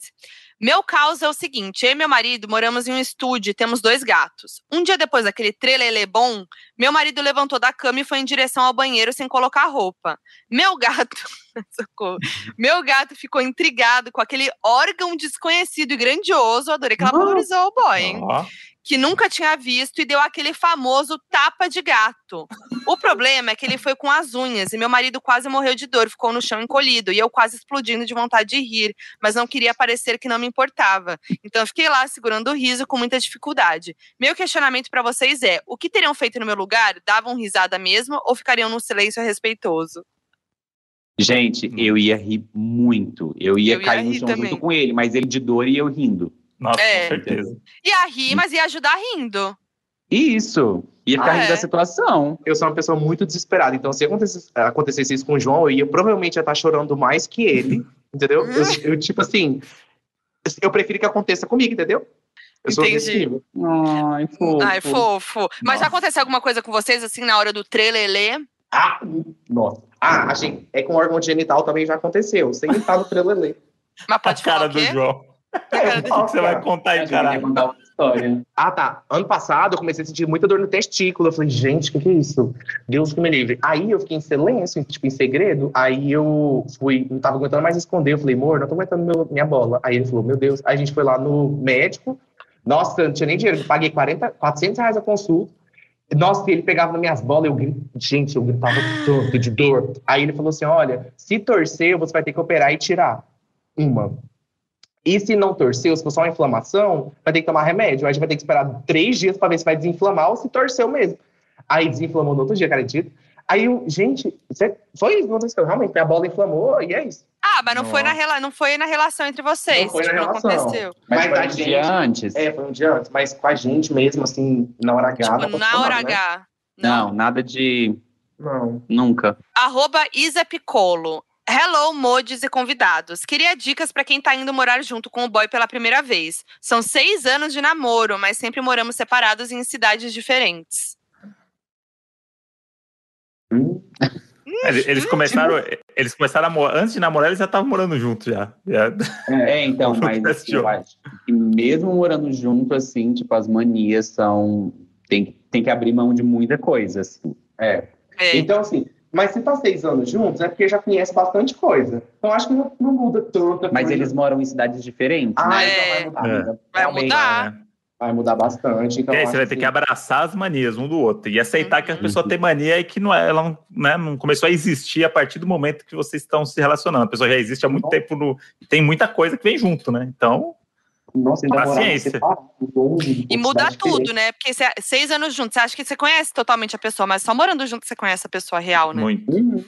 Meu caos é o seguinte: eu e meu marido moramos em um estúdio e temos dois gatos. Um dia depois daquele trelele bom, meu marido levantou da cama e foi em direção ao banheiro sem colocar a roupa. Meu gato. Socorro. Meu gato ficou intrigado com aquele órgão desconhecido e grandioso. Adorei que ela Nossa. valorizou o boy, hein? Ó, que nunca tinha visto e deu aquele famoso tapa de gato. O problema é que ele foi com as unhas e meu marido quase morreu de dor, ficou no chão encolhido e eu quase explodindo de vontade de rir, mas não queria parecer que não me importava. Então eu fiquei lá segurando o riso com muita dificuldade. Meu questionamento pra vocês é: o que teriam feito no meu lugar? Davam risada mesmo ou ficariam num silêncio respeitoso? Gente, Hum. eu ia rir muito. Eu ia Eu ia cair no rir chão também. junto com ele, mas ele de dor e eu rindo. Nossa, É. com certeza. Ia rir, mas ia ajudar rindo. E isso. Ia ficar Ah, rindo é? da situação. Eu sou uma pessoa muito desesperada. Então, se acontecesse, acontecesse isso com o João, eu ia provavelmente ia estar chorando mais que ele. Entendeu? Eu, eu, tipo assim. Eu prefiro que aconteça comigo, entendeu? Eu sou Entendi. sensível. Ai, fofo. Ai, fofo. Mas já Nossa. aconteceu alguma coisa com vocês, assim, na hora do trelelê? Ah, nossa. Ah, achei. É com órgão genital também já aconteceu. Sem estar no prelelê. Mas A pode falar cara o do quê? João. cara É, do O que que você vai cara. contar aí, Acho que eu queria caralho? contar uma história. Ah, tá. Ano passado eu comecei a sentir muita dor no testículo. Eu falei, gente, o que, que é isso? Deus que me livre. Aí eu fiquei em silêncio, tipo, em segredo. Aí eu fui, não tava aguentando mais esconder. Eu falei, amor, não tô aguentando meu- minha bola. Aí ele falou, meu Deus. Aí a gente foi lá no médico. Nossa, eu não tinha nem dinheiro. Eu paguei 40, 400 reais a consulta. Nossa, e ele pegava nas minhas bolas, eu gri- gente, eu gritava tanto de dor. Aí ele falou assim: olha, se torcer, você vai ter que operar e tirar uma. E se não torceu, se for só uma inflamação, vai ter que tomar remédio. Aí a gente vai ter que esperar três dias para ver se vai desinflamar ou se torceu mesmo. Aí desinflamou no outro dia, acredito. Aí eu, gente, cê- foi isso que aconteceu. Realmente, minha bola inflamou e é isso. Ah, mas não, foi na Nossa. rela não foi na relação entre vocês. Não foi na tipo, relação. aconteceu. Mas Mas foi a um gente- dia antes. É, foi um dia antes, mas com a gente mesmo, assim, na hora H. não tipo, aconteceu na hora nada, né? H. Não, nada de. Não. Nunca. Arroba Isa Piccolo. Hello, modes e convidados. Queria dicas pra quem tá indo morar junto com o boy pela primeira vez. São seis anos de namoro, mas sempre moramos separados em cidades diferentes. Hum, Eles, eles começaram, eles começaram a morar. Antes de namorar, eles já estavam morando junto já. Já- É, então, Não mas acontece, assim, eu acho que mesmo morando junto, assim, tipo, as manias são. Tem, tem que abrir mão de muita coisa, assim. É. É. Então, assim, mas se tá seis anos juntos, é porque já conhece bastante coisa. Então acho que não, não muda tanta Mas coisa. eles moram em cidades diferentes, Ah, né? então É. É. vai mudar. amiga. Vai Realmente, mudar. né? Vai mudar bastante. Então, E aí, É, acho você vai ter que assim, abraçar as manias um do outro e aceitar que a Uhum. pessoa tem mania e que não é- ela não, né, não começou a existir a partir do momento que vocês estão se relacionando. A pessoa já existe há muito tempo no, tem muita coisa que vem junto, né? Então, Nossa, ainda morar Paciência. separado, longe, E mudar mudar tudo, né? Porque cê- seis anos juntos, você acha que você conhece totalmente a pessoa, mas só morando junto você conhece a pessoa real, né? muito. Uhum.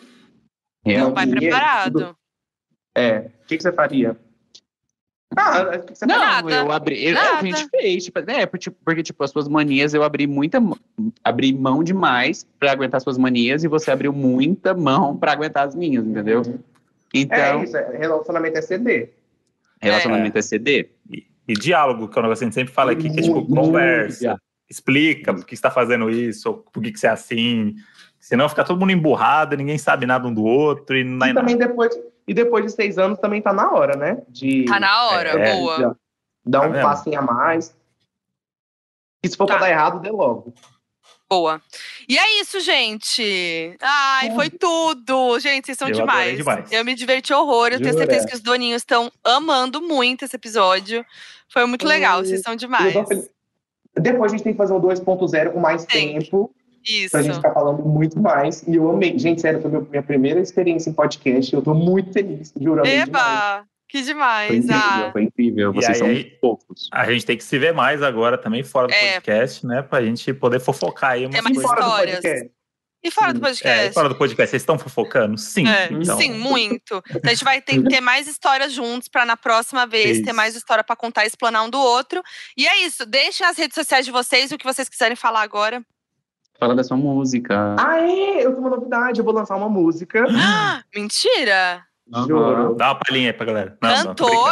Não vai E é isso. preparado. É. O que, que você faria? Ah, o que, que você Não, faria? Nada. eu abri. eu- é o que a Nada. gente fez. Tipo, é, por- tipo, porque, tipo, as suas manias eu abri muita. mão- Abri mão demais pra aguentar as suas manias e você abriu muita mão pra aguentar as minhas, entendeu? Então, É isso, é, relacionamento é ceder. relacionamento é, CD. E diálogo, que é um negócio que a gente sempre fala aqui, que é tipo Muito, conversa, explica por que você está fazendo isso, ou por que que você é assim. Senão fica todo mundo emburrado, ninguém sabe nada um do outro e não dá e em nada. também depois, e depois de seis anos também tá na hora, né? De Tá na hora, É, boa. já dar Tá um vendo? passinho a mais. E se for Tá. pra dar errado, dê logo. Boa. E é isso, gente. Ai, Tudo. foi tudo. Gente, vocês são Eu demais. adorei demais. Eu me diverti horror. Eu tenho Jura? certeza que os doninhos estão amando muito esse episódio. Foi muito legal. Hum, Vocês são E eu demais. tô feliz. Depois a gente tem que fazer um 2.0 com mais Tem. tempo, Isso. pra gente ficar falando muito mais. E eu amei. Gente, sério, foi minha primeira experiência em podcast. Eu tô muito feliz, juro. amei demais. Eba! Que Foi demais. incrível, Ah, foi incrível. E Vocês aí- são poucos. A gente tem que se ver mais agora também, fora do É. podcast, né? Pra gente poder fofocar aí umas mais coisas. Fora do Histórias. podcast. e fora do É, podcast? fora do podcast, vocês estão fofocando? Sim. É, então, Sim, muito. Então a gente vai ter que ter mais histórias juntos para na próxima vez Isso. ter mais história para contar e explanar um do outro. E é isso. Deixem as redes sociais de vocês o que vocês quiserem falar agora. Fala da sua música. Aê, eu tenho uma novidade. Eu vou lançar uma música. Ah, mentira! Ah, Aham. Juro. Dá uma palhinha aí pra galera. Não, não, tô brincando.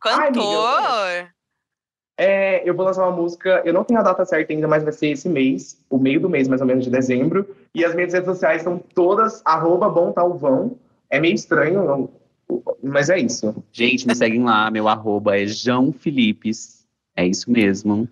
Cantor? Ai, amiga, Cantor? É, eu vou lançar uma música, eu não tenho a data certa ainda, mas vai ser esse mês, o meio do mês, mais ou menos, de dezembro. E as minhas redes sociais são todas arroba bom tal vão. É meio estranho, não- mas é isso. Gente, me seguem lá. Meu arroba é João Filipes. É isso mesmo.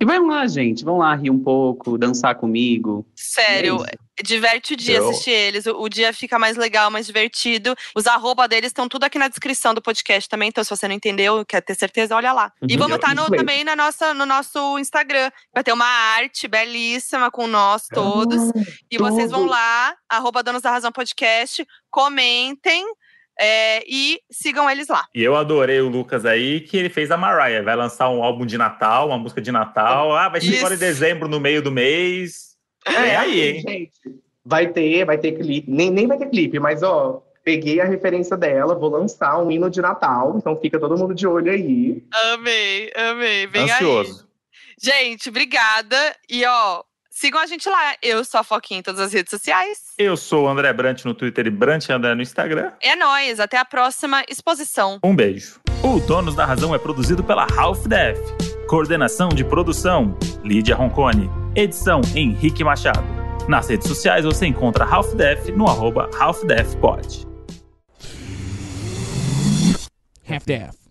E vão lá, gente. Vão lá rir um pouco, dançar comigo. Sério, Diverte o dia Eu- assistir eles. O, o dia fica mais legal, mais divertido. Os arroba deles estão tudo aqui na descrição do podcast também. Então, se você não entendeu, quer ter certeza, olha lá. E Uhum. vamos Eu- estar no- isso mesmo. também na nossa, no nosso Instagram. Vai ter uma arte belíssima com nós todos. Ah, E vocês vão Tá tudo. lá, arroba Donos da Razão Podcast, comentem é, e sigam eles lá. E eu adorei o Lucas aí, que ele fez a Mariah. Vai lançar um álbum de Natal, uma música de Natal. Ah, vai ser agora em Isso. dezembro, no meio do mês. É aí, hein? Gente, vai ter, vai ter clipe. Nem, nem vai ter clipe, mas ó, peguei a referência dela, vou lançar um hino de Natal, então fica todo mundo de olho aí. Amei, amei. Vem aí. Ansioso. Gente, obrigada. E ó, sigam a gente lá. Eu sou a Foquinha em todas as redes sociais. Eu sou o André Brant no Twitter e Brant André no Instagram. É nóis, até a próxima exposição. Um beijo. O Donos da Razão é produzido pela Half Def. Coordenação de produção, Lídia Roncone. Edição, Henrique Machado. Nas redes sociais você encontra Half Def no arroba Half Def Pod. half deaf.